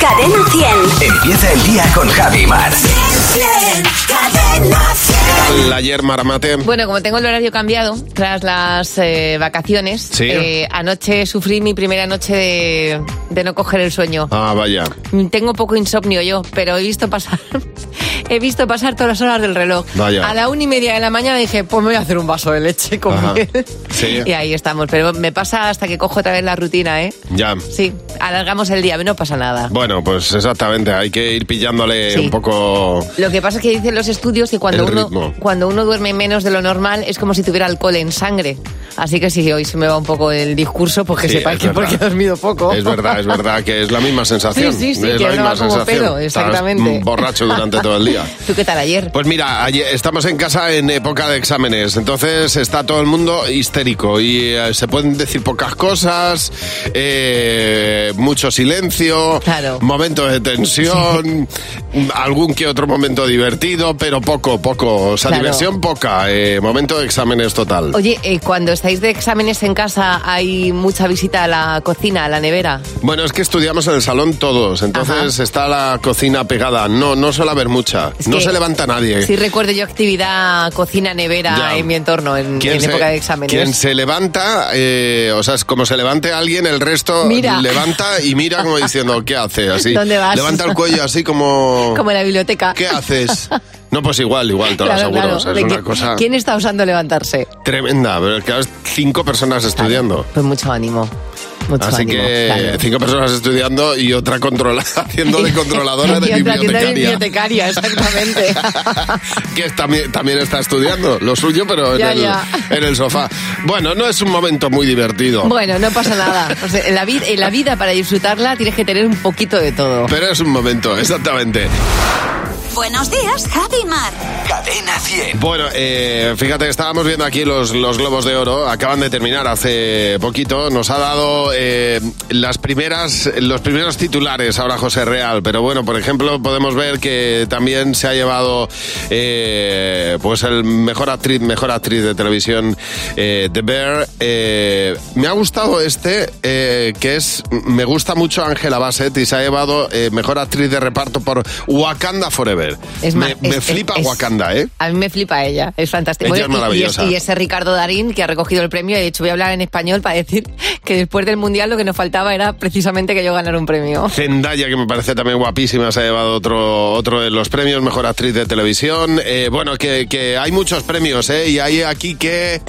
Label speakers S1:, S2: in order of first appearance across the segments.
S1: Cadena 100.
S2: Empieza el día con Javi Mar.
S1: Cadena 100.
S3: La ayer Maramate.
S4: Bueno, como tengo el horario cambiado tras las eh, vacaciones,
S3: Sí.
S4: eh, anoche sufrí mi primera noche de, de no coger el sueño.
S3: Ah, vaya.
S4: Tengo poco insomnio yo, pero he visto pasar, he visto pasar todas las horas del reloj.
S3: Vaya.
S4: A la una y media de la mañana dije, pues me voy a hacer un vaso de leche con
S3: Ajá.
S4: miel.
S3: Sí.
S4: Y ahí estamos, pero me pasa hasta que cojo otra vez la rutina, ¿eh?
S3: Ya.
S4: Sí, alargamos el día, no pasa nada.
S3: Bueno, pues exactamente, hay que ir pillándole
S4: Sí.
S3: un poco...
S4: Lo que pasa es que dicen los estudios que cuando
S3: El
S4: uno,
S3: ritmo.
S4: cuando uno duerme menos de lo normal es como si tuviera alcohol en sangre. Así que si hoy se me va un poco el discurso, pues que
S3: Sí,
S4: sepáis
S3: es
S4: que
S3: verdad.
S4: porque he dormido poco.
S3: Es verdad, es verdad que es la misma sensación.
S4: Sí, sí, sí,
S3: es
S4: que
S3: la
S4: uno
S3: misma
S4: va como
S3: sensación.
S4: pelo,
S3: Estás,
S4: exactamente.
S3: mm, borracho durante todo el día.
S4: ¿Tú qué tal ayer?
S3: Pues mira, ayer- estamos en casa en época de exámenes, entonces está todo el mundo histérico y eh, se pueden decir pocas cosas, eh, mucho silencio,
S4: Claro.
S3: momentos de tensión, algún que otro momento divertido, pero poco, poco, o sea,
S4: Claro.
S3: diversión poca, eh, momento de exámenes total.
S4: Oye, eh, cuando estáis de exámenes en casa hay mucha visita a la cocina, a la nevera.
S3: Bueno, es que estudiamos en el salón todos, entonces está la cocina pegada. No, no suele haber mucha.
S4: Es
S3: no
S4: que
S3: se levanta nadie.
S4: Sí recuerdo yo actividad cocina-nevera
S3: Ya.
S4: en mi entorno en,
S3: Quien
S4: en
S3: se-
S4: época de
S3: Quien
S4: exámenes.
S3: se levanta, eh, o sea, es como se levante alguien, el resto
S4: Mira.
S3: levanta y mira como diciendo, ¿qué hace? Así.
S4: ¿Dónde vas?
S3: Levanta el cuello así como...
S4: Como en la biblioteca.
S3: ¿Qué haces? No, pues igual, igual, te lo
S4: Claro,
S3: aseguro.
S4: claro.
S3: O sea,
S4: ¿De
S3: es una
S4: qué-
S3: cosa
S4: ¿Quién está usando levantarse?
S3: tremenda. Pero claro, es cinco personas estudiando.
S4: Pues mucho ánimo. Mucho
S3: Así
S4: ánimo,
S3: que
S4: claro.
S3: cinco personas estudiando y otra controla, haciendo de controladora de
S4: Y otra tienda de
S3: bibliotecaria.
S4: bibliotecaria, exactamente.
S3: que es también, también está estudiando lo suyo, pero en,
S4: Ya,
S3: el,
S4: ya.
S3: en el sofá. Bueno, no es un momento muy divertido,
S4: bueno, no pasa nada. O sea, en, la vid- en la vida, para disfrutarla, tienes que tener un poquito de todo.
S3: pero es un momento, exactamente.
S1: Buenos días, Javi Mar.
S2: Cadena 100.
S3: Bueno, eh, fíjate, estábamos viendo aquí los, los globos de oro, acaban de terminar hace poquito, nos ha dado eh, las primeras, los primeros titulares ahora José Real, pero bueno, por ejemplo, podemos ver que también se ha llevado eh, pues el mejor actriz, mejor actriz de televisión eh, The Bear. Eh, me ha gustado este, eh, que es, me gusta mucho Ángela Bassett y se ha llevado eh, mejor actriz de reparto por Wakanda Forever.
S4: ma-
S3: me, me
S4: es-
S3: flipa
S4: es-
S3: Wakanda, ¿eh?
S4: A mí me flipa ella, es fantástica.
S3: Ella es
S4: y- y
S3: maravillosa.
S4: es- Y, ese Ricardo Darín que ha recogido el premio, de hecho voy a hablar en español para decir que después del Mundial lo que nos faltaba era precisamente que yo ganara un premio.
S3: Zendaya, que me parece también guapísima, se ha llevado otro, otro de los premios, mejor actriz de televisión. Eh, bueno, que, que hay muchos premios, ¿eh? Y hay aquí que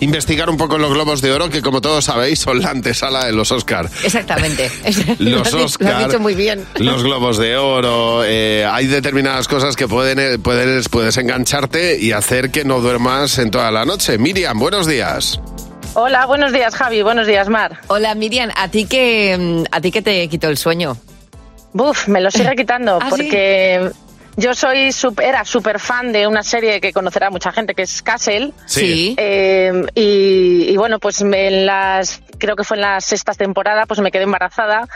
S3: investigar un poco los globos de oro, que como todos sabéis, son la antesala de los Oscar.
S4: Exactamente.
S3: Los
S4: Lo has di- Lo has
S3: Oscar,
S4: dicho muy bien.
S3: los globos de oro, eh, hay determinadas cosas que pueden, eh, puedes, puedes engancharte y hacer que no duermas en toda la noche. Miriam, buenos días.
S5: Hola, buenos días Javi, buenos días Mar.
S4: Hola Miriam, a ti que mm, a ti que te quitó el sueño.
S5: Buf, me lo sigue quitando
S4: ¿Ah, sí?
S5: porque yo soy sup- era súper fan de una serie que conocerá mucha gente que es Castle.
S4: Sí.
S5: Eh, y, y bueno, pues me- en las creo que fue en la sexta temporada, pues me quedé embarazada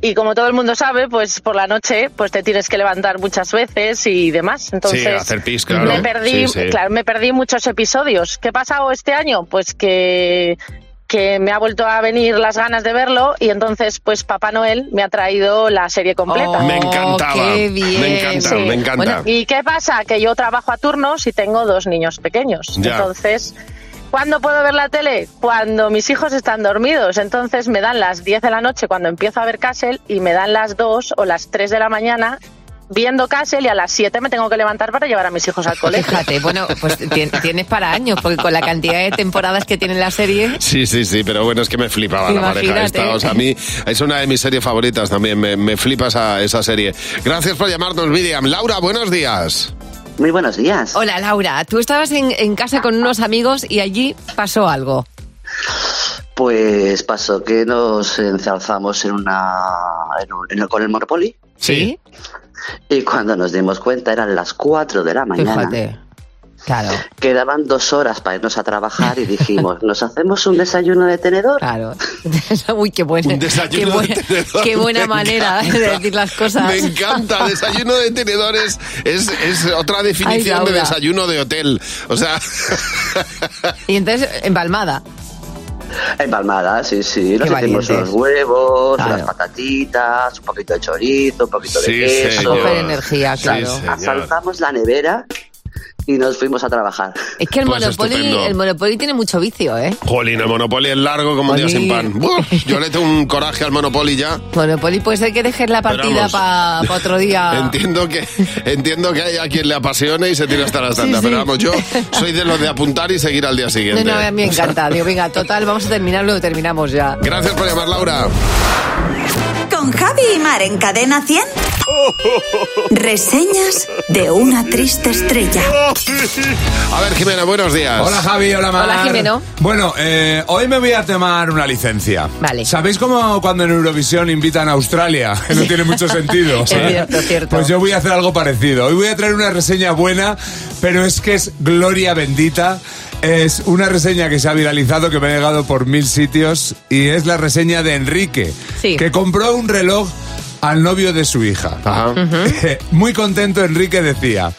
S5: y como todo el mundo sabe, pues por la noche pues te tienes que levantar muchas veces y demás. Entonces
S3: hacer pis, claro.
S5: me perdí,
S3: Sí, sí.
S5: claro, me perdí muchos episodios. ¿Qué ha pasado este año? Pues que que me ha vuelto a venir las ganas de verlo y entonces pues Papá Noel me ha traído la serie completa.
S4: Oh,
S3: Me encantaba.
S4: qué bien.
S3: Me encanta,
S5: Sí.
S3: me encanta.
S4: Bueno,
S5: ¿Y qué pasa? Que yo trabajo a turnos y tengo dos niños pequeños.
S3: Ya.
S5: Entonces, ¿cuándo puedo ver la tele? Cuando mis hijos están dormidos. Entonces me dan las 10 de la noche cuando empiezo a ver Castle y me dan las 2 o las 3 de la mañana viendo Castle y a las 7 me tengo que levantar para llevar a mis hijos al colegio.
S4: Fíjate, bueno, pues tien- tienes para años, porque con la cantidad de temporadas que tiene la serie,
S3: Sí, sí, sí, pero bueno, es que me flipaba la pareja
S4: Imagínate.
S3: esta. O sea, a mí es una de mis series favoritas también. Me, me flipa esa, esa serie. Gracias por llamarnos, Miriam. Laura, buenos días.
S6: Muy buenos días.
S4: Hola Laura, tú estabas en, en casa con unos amigos y allí pasó algo.
S6: Pues pasó que nos enzarzamos en una, en un- en- con el Monopoly
S3: Sí.
S6: y cuando nos dimos cuenta eran las 4 de la mañana.
S4: Fíjate. Claro,
S6: Quedaban dos horas para irnos a trabajar y dijimos, ¿nos hacemos un desayuno de tenedor?
S4: claro. Uy, qué buena,
S3: Un desayuno
S4: qué buena,
S3: de tenedores.
S4: qué buena
S3: Me
S4: manera de
S3: encanta.
S4: decir las cosas.
S3: Me encanta. Desayuno de tenedores es, es otra definición de
S4: Laura.
S3: desayuno de hotel. O sea,
S4: Y entonces, empalmada.
S6: Empalmada, sí, sí. Nos
S7: Qué
S6: hacemos
S7: valientes.
S6: unos huevos,
S7: Claro.
S6: unas patatitas, un poquito de chorizo, un poquito
S3: Sí,
S6: de queso.
S3: señor.
S4: Coger energía,
S3: Sí,
S4: claro.
S3: señor.
S6: Asaltamos la nevera y nos fuimos a trabajar.
S4: Es que el,
S3: Pues
S4: Monopoly,
S3: estupendo.
S4: el Monopoly tiene mucho vicio, ¿eh?
S3: Jolín, el Monopoly es largo como un día sin
S4: Jolín.
S3: pan. Buf, yo le tengo un coraje al Monopoly ya.
S4: Monopoly puede ser que dejes la
S3: Pero
S4: partida
S3: vamos,
S4: para otro día.
S3: Entiendo que, entiendo que hay a quien le apasione y se tira hasta la
S4: Sí,
S3: santa,
S4: sí.
S3: pero vamos, yo soy de los de apuntar y seguir al día
S4: No,
S3: siguiente.
S4: no, eh. a mí me encanta. Digo, venga, total, vamos a terminarlo, terminamos ya.
S3: Gracias por llamar, Laura.
S1: Con Javi y Mar en Cadena 100. Reseñas de una triste estrella.
S3: A ver, Jimena, buenos días.
S8: Hola Javi, hola Mar.
S4: Hola, Jimeno.
S8: Bueno, eh, hoy me voy a tomar una licencia.
S4: Vale.
S8: ¿Sabéis cómo cuando en Eurovisión invitan a Australia? No tiene mucho sentido.
S4: Es cierto, cierto.
S8: Pues yo voy a hacer algo parecido. Hoy voy a traer una reseña buena, pero es que es gloria bendita. Es una reseña que se ha viralizado, que me ha llegado por mil sitios, y es la reseña de Enrique,
S4: Sí.
S8: que compró un reloj al novio de su hija.
S3: Ajá.
S8: Muy contento Enrique decía,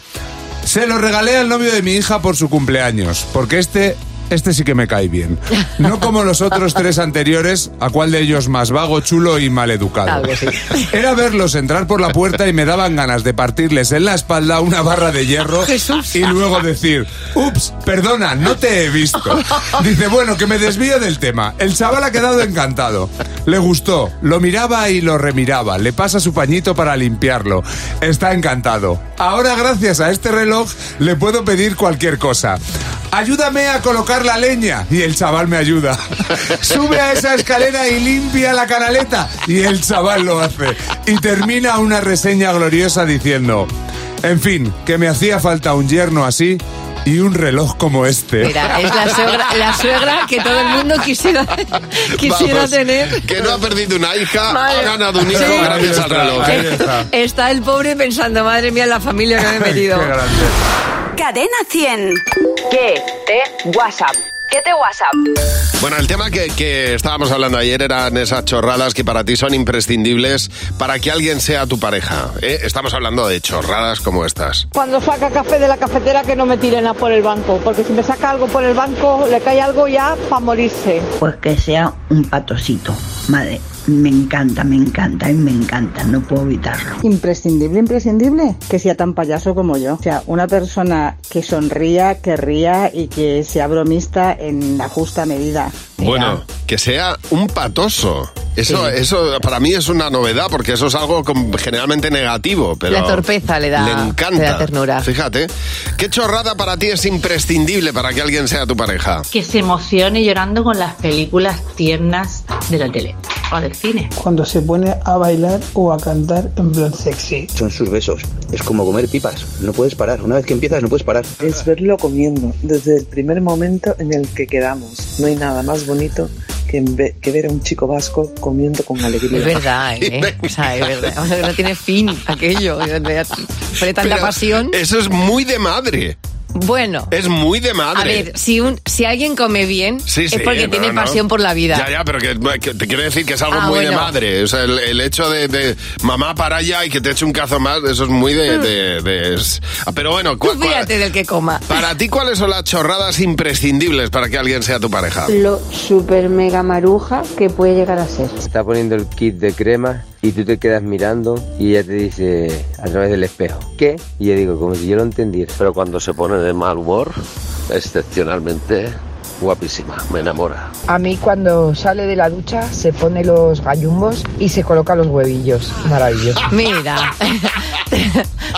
S8: se lo regalé al novio de mi hija por su cumpleaños, porque este, este sí que me cae bien. No como los otros tres anteriores, a cuál de ellos más vago, chulo y maleducado.
S4: Algo así.
S8: Era verlos entrar por la puerta y me daban ganas de partirles en la espalda una barra de hierro y luego decir, ups, perdona, no te he visto. Dice, bueno, que me desvío del tema. El chaval ha quedado encantado. Le gustó, lo miraba y lo remiraba, le pasa su pañito para limpiarlo. Está encantado. Ahora gracias a este reloj le puedo pedir cualquier cosa. Ayúdame a colocar la leña y el chaval me ayuda. Sube a esa escalera y limpia la canaleta y el chaval lo hace. Y termina una reseña gloriosa diciendo, en fin, que me hacía falta un yerno así y un reloj como este.
S4: Mira, es la suegra, la suegra que todo el mundo quisiera, quisiera
S3: Vamos,
S4: tener.
S3: Que no ha perdido una hija,
S4: Madre.
S3: ha ganado un hijo
S4: Sí.
S3: gracias al reloj. ¿eh?
S8: Ahí está.
S4: Está el pobre pensando, madre mía, la familia que me he
S8: Ay,
S4: metido.
S8: qué grande.
S1: Cadena 100.
S9: ¿Qué te WhatsApp? ¿Qué te WhatsApp?
S3: Bueno, el tema que, que estábamos hablando ayer eran esas chorradas que para ti son imprescindibles para que alguien sea tu pareja. ¿eh? Estamos hablando de chorradas como estas.
S10: Cuando saca café de la cafetera que no me tire nada por el banco, porque si me saca algo por el banco le cae algo ya para morirse.
S11: Pues que sea un patocito. Madre, me encanta, me encanta y me encanta. No puedo evitarlo.
S10: Imprescindible, imprescindible que sea tan payaso como yo. O sea, una persona que sonría, que ría y que sea bromista en la justa medida. Mira,
S3: Bueno, que sea un patoso. Eso, eso para mí es una novedad porque eso es algo com- generalmente negativo. Pero
S4: La torpeza le da-
S3: le encanta.
S4: le da ternura.
S3: Fíjate, ¿qué chorrada para ti es imprescindible para que alguien sea tu pareja?
S12: que se emocione llorando con las películas tiernas de la tele o del cine.
S10: Cuando se pone a bailar o a cantar en plan sexy.
S7: Son sus besos. Es como comer pipas. No puedes parar. Una vez que empiezas, no puedes parar.
S10: Es verlo comiendo desde el primer momento en el que quedamos. No hay nada más bonito que, ver a un chico vasco comiendo con alegría.
S4: Es verdad, ¿eh? O sea, es verdad. O sea, que no tiene fin aquello. Fue tanta
S3: Pero
S4: pasión.
S3: Eso es muy de madre.
S4: Bueno.
S3: Es muy de madre.
S4: A ver, si, un, si alguien come bien,
S3: Sí, sí,
S4: es
S3: pero
S4: porque tiene
S3: no.
S4: pasión por la vida.
S3: Ya, ya, pero que, que te quiero decir que es algo
S4: Ah,
S3: muy de
S4: bueno.
S3: madre. O sea, el, el hecho de, de mamá para allá y que te eche un cazo más, eso es muy de... de- de- es- Ah, Pero bueno,
S4: Tú
S3: cua- cua-
S4: fíjate del que coma.
S3: para ti, ¿cuáles son las chorradas imprescindibles para que alguien sea tu pareja?
S10: Lo super mega maruja que puede llegar a ser.
S7: Está poniendo el kit de crema y tú te quedas mirando y ella te dice a través del espejo, ¿qué? Y yo digo, como si yo lo entendiera. Pero cuando se pone de mal humor, excepcionalmente guapísima, me enamora.
S10: A mí cuando sale de la ducha se pone los gallumbos y se coloca los huevillos. Maravilloso.
S4: Mira.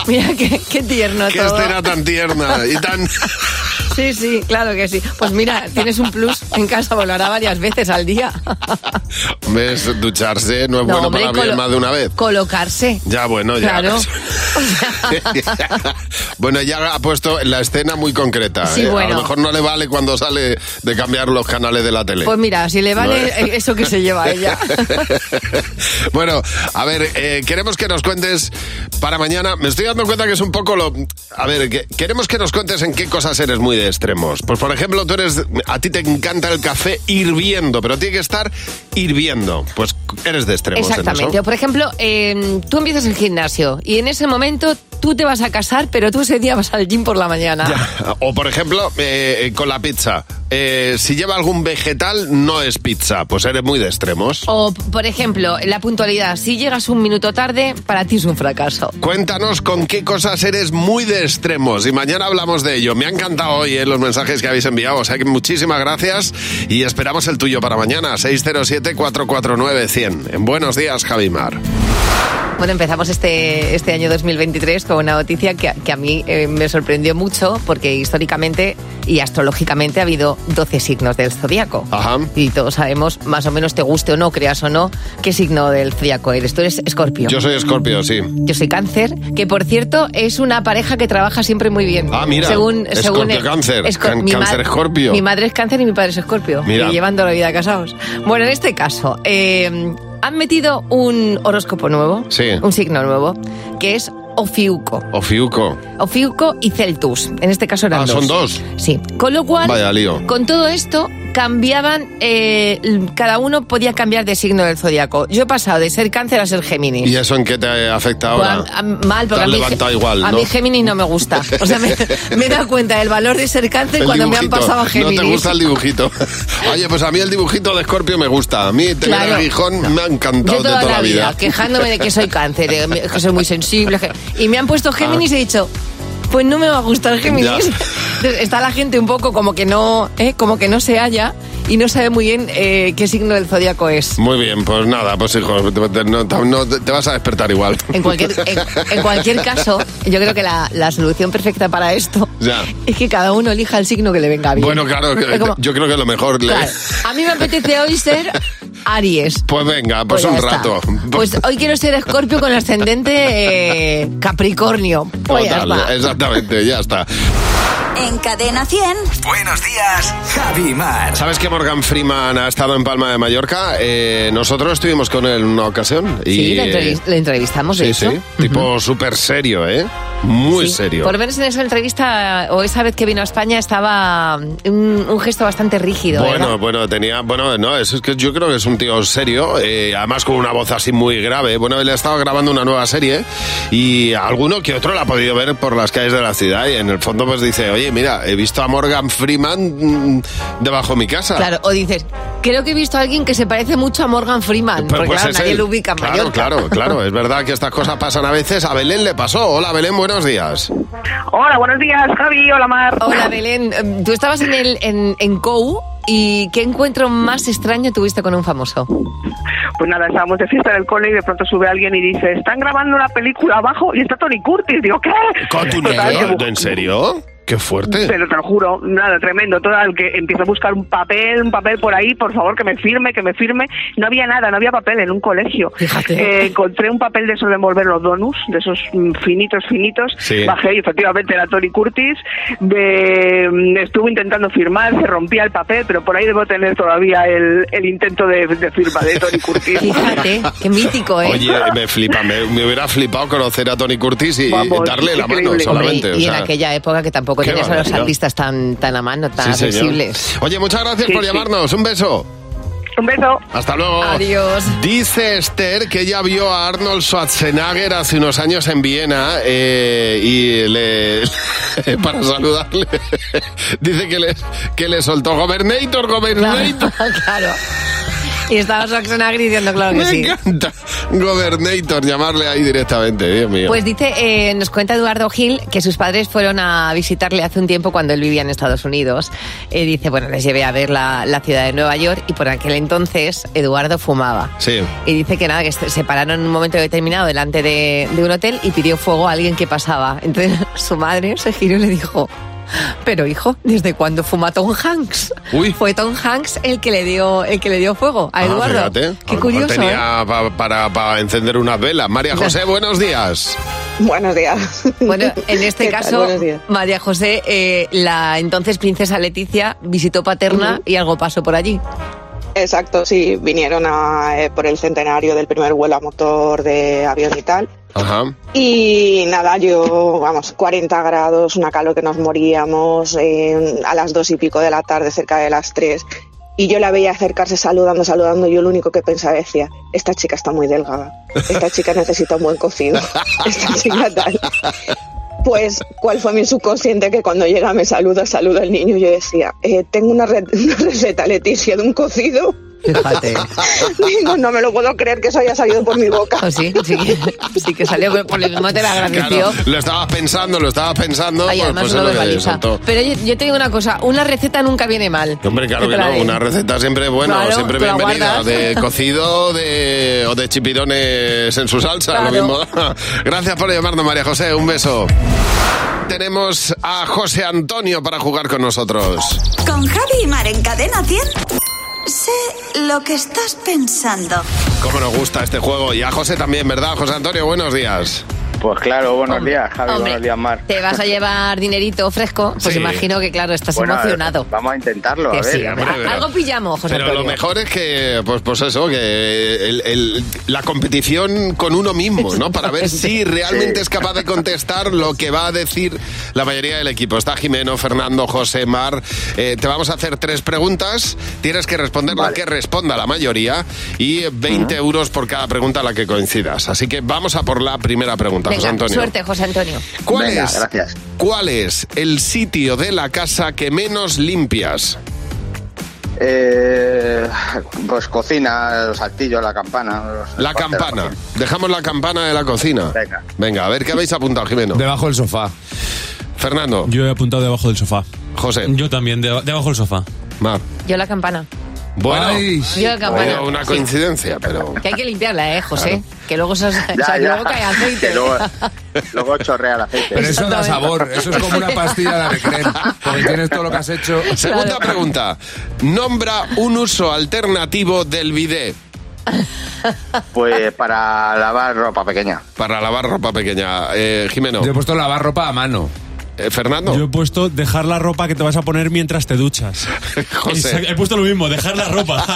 S4: Mira qué, qué tierno
S3: Qué
S4: todo.
S3: escena tan tierna y tan...
S4: Sí, sí, claro que sí. Pues mira, tienes un plus en casa, volará varias veces al día.
S3: ¿Ves? Ducharse no es Pues bueno
S4: hombre,
S3: para bien
S4: colo-
S3: más de una vez.
S4: Colocarse.
S3: Ya, bueno, ya.
S4: Claro.
S3: bueno, ya ha puesto la escena muy concreta.
S4: Sí,
S3: ¿eh? A
S4: bueno.
S3: lo mejor no le vale cuando sale de cambiar los canales de la tele.
S4: Pues mira, si le vale e-,
S3: No, eh.
S4: eso que se lleva a ella.
S3: bueno, a ver, eh, queremos que nos cuentes para mañana. Me estoy dando cuenta que es un poco lo. A ver, que- queremos que nos cuentes en qué cosas eres muy de extremos. Pues por ejemplo, tú eres. A ti te encanta el café hirviendo, pero tiene que estar hirviendo. Pues eres de extremos. en eso.
S4: Exactamente. O, Por ejemplo, eh, tú empiezas el gimnasio y en ese momento tú te vas a casar, pero tú ese día vas al gym por la mañana.
S3: Ya. O por ejemplo, eh, eh, con la pizza. eh, si lleva algún vegetal, no es pizza. Pues eres muy de extremos.
S4: O, por ejemplo, la puntualidad. Si llegas un minuto tarde, para ti es un fracaso.
S3: Cuéntanos con qué cosas eres muy de extremos y mañana hablamos de ello. Me ha encantado hoy eh, los mensajes que habéis enviado, o sea que muchísimas gracias y esperamos el tuyo para mañana, 607-449-100. En buenos días, Javimar.
S4: Bueno, empezamos este, este año 2023 con una noticia que, a- que a mí eh, me sorprendió mucho porque históricamente y astrológicamente ha habido 12 signos del zodiaco. Y todos sabemos, más o menos te guste o no, creas o no, qué signo del zodiaco eres. Tú eres escorpio.
S3: Yo soy escorpio, sí.
S4: Yo soy cáncer, que por cierto es una pareja que trabaja siempre muy bien.
S3: Ah, mira,
S4: Según,
S3: Escorpio,
S4: según
S3: Cáncer,
S4: Escor-
S3: Can-
S4: mi ma-
S3: Cáncer, Escorpio.
S4: Mi madre es cáncer y mi padre es escorpio.
S3: Mira.
S4: Y llevan toda la vida casados. Bueno, en este caso, eh, han metido un horóscopo nuevo,
S3: Sí.
S4: un signo nuevo, que es Ofiuco.
S3: O Fiuco.
S4: Ofiuco y Celtus. En este caso eran
S3: Ah,
S4: dos.
S3: son dos.
S4: Sí. Con lo cual,
S3: Vaya lío.
S4: con todo esto, cambiaban, eh, cada uno podía cambiar de signo del zodiaco. Yo he pasado de ser cáncer a ser Géminis.
S3: ¿Y eso en qué te afecta ahora?
S4: Pues a- a- mal,
S3: Te
S4: porque
S3: has
S4: a mí,
S3: levantado igual,
S4: a
S3: ¿no?
S4: mí Géminis no me gusta. O sea, me, me he dado cuenta del valor de ser cáncer
S3: El
S4: cuando me
S3: dibujito.
S4: han pasado a Géminis.
S3: No te gusta el dibujito. Oye, pues a mí el dibujito de Escorpio me gusta. A mí tener
S4: Claro.
S3: el Gijón me ha encantado
S4: Yo toda,
S3: de toda
S4: la vida, quejándome de que soy cáncer, de- que soy muy sensible. que- Y me han puesto Géminis y he dicho, pues no me va a gustar Géminis.
S3: Ah. Ya.
S4: Entonces, está la gente un poco como que no, eh, como que no se halla y no sabe muy bien eh, qué signo del zodiaco es.
S3: Muy bien, pues nada, pues hijo, te- te- no, te- no, te te vas a despertar igual.
S4: En cualquier, en, en cualquier caso, yo creo que la, la solución perfecta para esto
S3: Ya.
S4: es que cada uno elija el signo que le venga bien.
S3: Bueno, claro, que-
S4: Es como,
S3: yo creo que lo mejor. ¿eh? le-
S4: Claro. A mí me apetece hoy ser Aries.
S3: Pues venga, pues,
S4: Pues ya
S3: un
S4: está.
S3: rato.
S4: Pues hoy quiero ser Escorpio con ascendente eh, Capricornio. Pues ya
S3: Total,
S4: está.
S3: exactamente, ya está.
S1: En Cadena 100.
S2: Buenos días, Javi Mar.
S3: ¿Sabes que Morgan Freeman ha estado en Palma de Mallorca? Eh, nosotros estuvimos con él en una ocasión. Y,
S4: Sí, le, entrevi-
S3: eh,
S4: le entrevistamos, de
S3: Sí, sí.
S4: hecho.
S3: Tipo súper serio, ¿eh? Muy
S4: Sí.
S3: serio.
S4: Por lo menos en esa entrevista, o esa vez que vino a España, estaba mm, un, un gesto bastante rígido.
S3: Bueno,
S4: ¿verdad?
S3: bueno, tenía, bueno, no, es, es que yo creo que es un tío serio, eh, además con una voz así muy grave. Bueno, él ha estado grabando una nueva serie y alguno que otro la ha podido ver por las calles de la ciudad y en el fondo pues dice, oye, mira, he visto a Morgan Freeman mm, debajo de mi casa.
S4: Claro, o dices, creo que he visto a alguien que se parece mucho a Morgan Freeman.
S3: Pues-
S4: Porque
S3: pues
S4: claro,
S3: es
S4: nadie
S3: él.
S4: lo ubica en
S3: Claro,
S4: Mallorca.
S3: claro, claro. Es verdad que estas cosas pasan a veces. A Belén le pasó. Hola, Belén, buenos días.
S13: Hola, buenos días, Javi. Hola, Mar.
S4: Hola, Belén. Em, Tú estabas en, el, en, en COU y ¿qué encuentro más extraño tuviste con un famoso?
S13: Pues nada, estábamos de fiesta en el cole y de pronto sube alguien y dice, están grabando una película abajo y está Tony Curtis. Digo, ¿qué?
S3: ¿Con tu
S13: Total, que bu-
S3: novio? ¿En serio? Qué fuerte.
S13: Pero te lo juro, nada, tremendo. Total, que empiezo a buscar un papel, un papel por ahí, por favor, que me firme, que me firme. No había nada, no había papel en un colegio. Eh, encontré un papel de esos de envolver los donuts, de esos mm, finitos, finitos.
S14: Sí.
S13: Bajé y efectivamente era Tony Curtis. Me- mm, estuve intentando firmar, se rompía el papel, pero por ahí debo tener todavía el, el intento de, de firma de Tony Curtis.
S4: Fíjate, qué mítico, ¿eh?
S3: Oye, me flipa, me, me hubiera flipado conocer a Tony Curtis y
S13: Vamos,
S3: darle la mano
S13: increíble.
S3: solamente.
S4: Hombre,
S3: o
S4: y
S3: sea.
S4: en aquella época que tampoco
S3: Qué
S4: tenías a los
S3: barbaridad.
S4: artistas tan, tan a mano, tan
S3: Sí, señor.
S4: accesibles.
S3: Oye, muchas gracias
S4: Sí,
S3: por
S4: sí.
S3: llamarnos. Un beso.
S13: Un beso.
S3: Hasta luego.
S4: Adiós.
S3: Dice Esther que ella vio a Arnold Schwarzenegger hace unos años en Viena eh, y le para saludarle dice que le, que le soltó Gobernator, Gobernator.
S4: Claro. Y estaba Schwarzenegger diciendo, claro
S3: Me
S4: que sí.
S3: encanta. Gobernator, llamarle ahí directamente, Dios mío.
S4: Pues dice, eh, nos cuenta Eduardo Gil que sus padres fueron a visitarle hace un tiempo cuando él vivía en Estados Unidos. Eh, dice, bueno, les llevé a ver la, la ciudad de Nueva York y por aquel entonces Eduardo fumaba.
S3: Sí.
S4: Y dice que nada, que se se pararon en un momento determinado delante de, de un hotel y pidió fuego a alguien que pasaba. Entonces su madre se giró y le dijo, pero hijo, ¿desde cuándo fuma Tom Hanks? Fue Tom Hanks el que le dio, el que le dio fuego a
S3: Ah,
S4: Eduardo.
S3: fíjate. A lo
S4: Qué
S3: mejor
S4: curioso. ¿eh?
S3: Tenía pa- para, para encender unas velas. María José, buenos días.
S15: Buenos días.
S4: Bueno, en este
S15: ¿Qué tal?
S4: caso,
S15: Buenos días.
S4: María José, eh, la entonces princesa Leticia visitó Paterna y algo pasó por allí.
S15: Exacto, sí, vinieron a, eh, por el centenario del primer vuelo a motor de avión y tal.
S3: Ajá.
S15: Y nada, yo, vamos, 40 grados, una calor que nos moríamos, eh, a las dos y pico de la tarde, cerca de las tres. Y yo la veía acercarse saludando, saludando. y Yo lo único que pensaba decía, esta chica está muy delgada, esta chica necesita un buen cocido, esta chica tal. Pues, ¿cuál fue mi subconsciente? Que cuando llega me saluda, saluda el niño. Yo decía, eh, tengo una, re- una receta, Leticia, de un cocido.
S4: Fíjate.
S15: Digo, no me lo puedo creer que eso haya salido por mi boca.
S4: Oh, sí, sí, que- sí que salió por el mismo te la agradeció.
S3: Claro, lo estabas pensando, lo estabas pensando.
S4: Ay,
S3: pues,
S4: además
S3: pues
S4: no
S3: es
S4: lo
S3: lo que
S4: verbaliza.
S3: soltó.
S4: Pero yo, yo te digo una cosa, una receta nunca viene mal.
S3: Hombre, claro
S4: Te
S3: que
S4: la
S3: no,
S4: den.
S3: una receta siempre bueno,
S4: Claro,
S3: siempre
S4: te la
S3: bienvenida,
S4: guardas.
S3: de cocido de, o de chipirones en su salsa, lo
S4: Claro.
S3: mismo. da. Gracias por llamarnos, María José, un beso. Tenemos a José Antonio para jugar con nosotros.
S1: Con Javi y Mar en Cadena 100. Sé lo que estás pensando.
S3: Cómo nos gusta este juego y a José también, ¿verdad? José Antonio, buenos días.
S14: Pues claro, buenos días, Javi,
S4: hombre.
S14: buenos días, Mar.
S4: Te vas a llevar dinerito fresco, pues
S14: Sí.
S4: imagino que claro, estás
S14: Bueno, a ver,
S4: emocionado.
S14: Vamos a intentarlo,
S4: Que
S14: a ver.
S4: sí, hombre,
S3: pero-
S4: Algo pillamos, José
S3: Pero lo
S4: Antonio.
S3: mejor es que, pues, pues eso, que el- el- la competición con uno mismo, ¿no? Para ver si realmente
S14: Sí.
S3: es capaz de contestar lo que va a decir la mayoría del equipo. Está Jimeno, Fernando, José, Mar. Eh, te vamos a hacer tres preguntas. Tienes que responder la que responda la mayoría y 20 euros por cada pregunta a la que coincidas. Así que vamos a por la primera pregunta, José
S4: Venga,
S3: Antonio.
S4: suerte, José Antonio.
S3: ¿Cuál es, ¿Cuál es el sitio de la casa que menos limpias?
S14: Eh, pues cocina, los saltillos, la campana. los-
S3: La
S14: parte de
S3: campana.
S14: cocina.
S3: Dejamos la campana de la cocina. Venga. a ver qué habéis apuntado, Jimeno.
S16: Debajo del sofá.
S3: Fernando.
S16: Yo he apuntado debajo del sofá.
S3: José.
S16: Yo también, deba- debajo del sofá.
S3: Mar.
S4: Yo la campana.
S3: Bueno,
S4: Yo la campana.
S3: bueno, una coincidencia, pero.
S4: Que hay que limpiarla, eh, José. Que luego se os- o
S14: ya.
S4: sea, luego cae aceite.
S14: Que luego, luego chorrea el aceite.
S8: Pero eso da sabor, eso es como una pastilla de recrem, porque tienes todo lo que has hecho.
S3: Segunda pregunta. Nombra un uso alternativo del bidet.
S14: Pues para lavar ropa pequeña.
S3: Para lavar ropa pequeña. Eh, Jimeno.
S16: Yo he puesto
S3: lavar ropa a mano. Fernando.
S16: Yo he puesto dejar la ropa que te vas a poner mientras te duchas.
S3: José.
S16: He puesto lo mismo, dejar la ropa.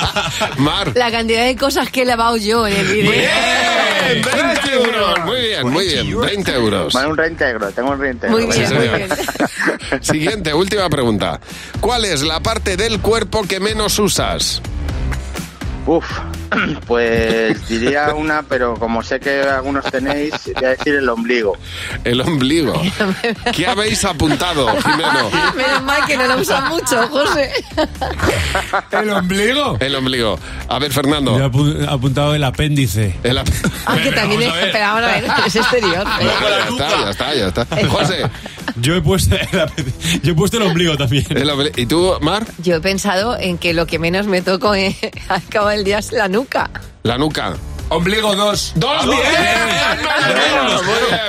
S3: Mar.
S4: La cantidad de cosas que he lavado yo en el video.
S3: ¡Bien! 20 euros. Muy bien, muy bien. 20 euros.
S14: Vale, un reintegro, tengo un reintegro.
S4: Muy
S3: Sí,
S4: bien, muy
S3: señor.
S4: bien.
S3: Siguiente, última pregunta. ¿Cuál es la parte del cuerpo que menos usas?
S14: Uf, pues diría una, pero como sé que algunos tenéis, voy a decir el ombligo.
S3: El ombligo. ¿Qué habéis apuntado, Jimeno?
S4: Menos mal que no lo usa mucho, José.
S3: ¿El ombligo? El ombligo. A ver, Fernando.
S16: Yo he apu- apuntado el apéndice.
S3: El
S4: Ah, que también es. Pero ahora a ver, es exterior.
S3: Ya está, ya está, ya está. José.
S16: Yo he puesto el, apéndice- yo he puesto el ombligo también.
S3: el ombligo. ¿Y tú, Mar?
S4: Yo he pensado en que lo que menos me toco eh, al cabo del día es la nuca.
S3: La nuca.
S8: Ombligo 2.
S3: ¡Dos bien!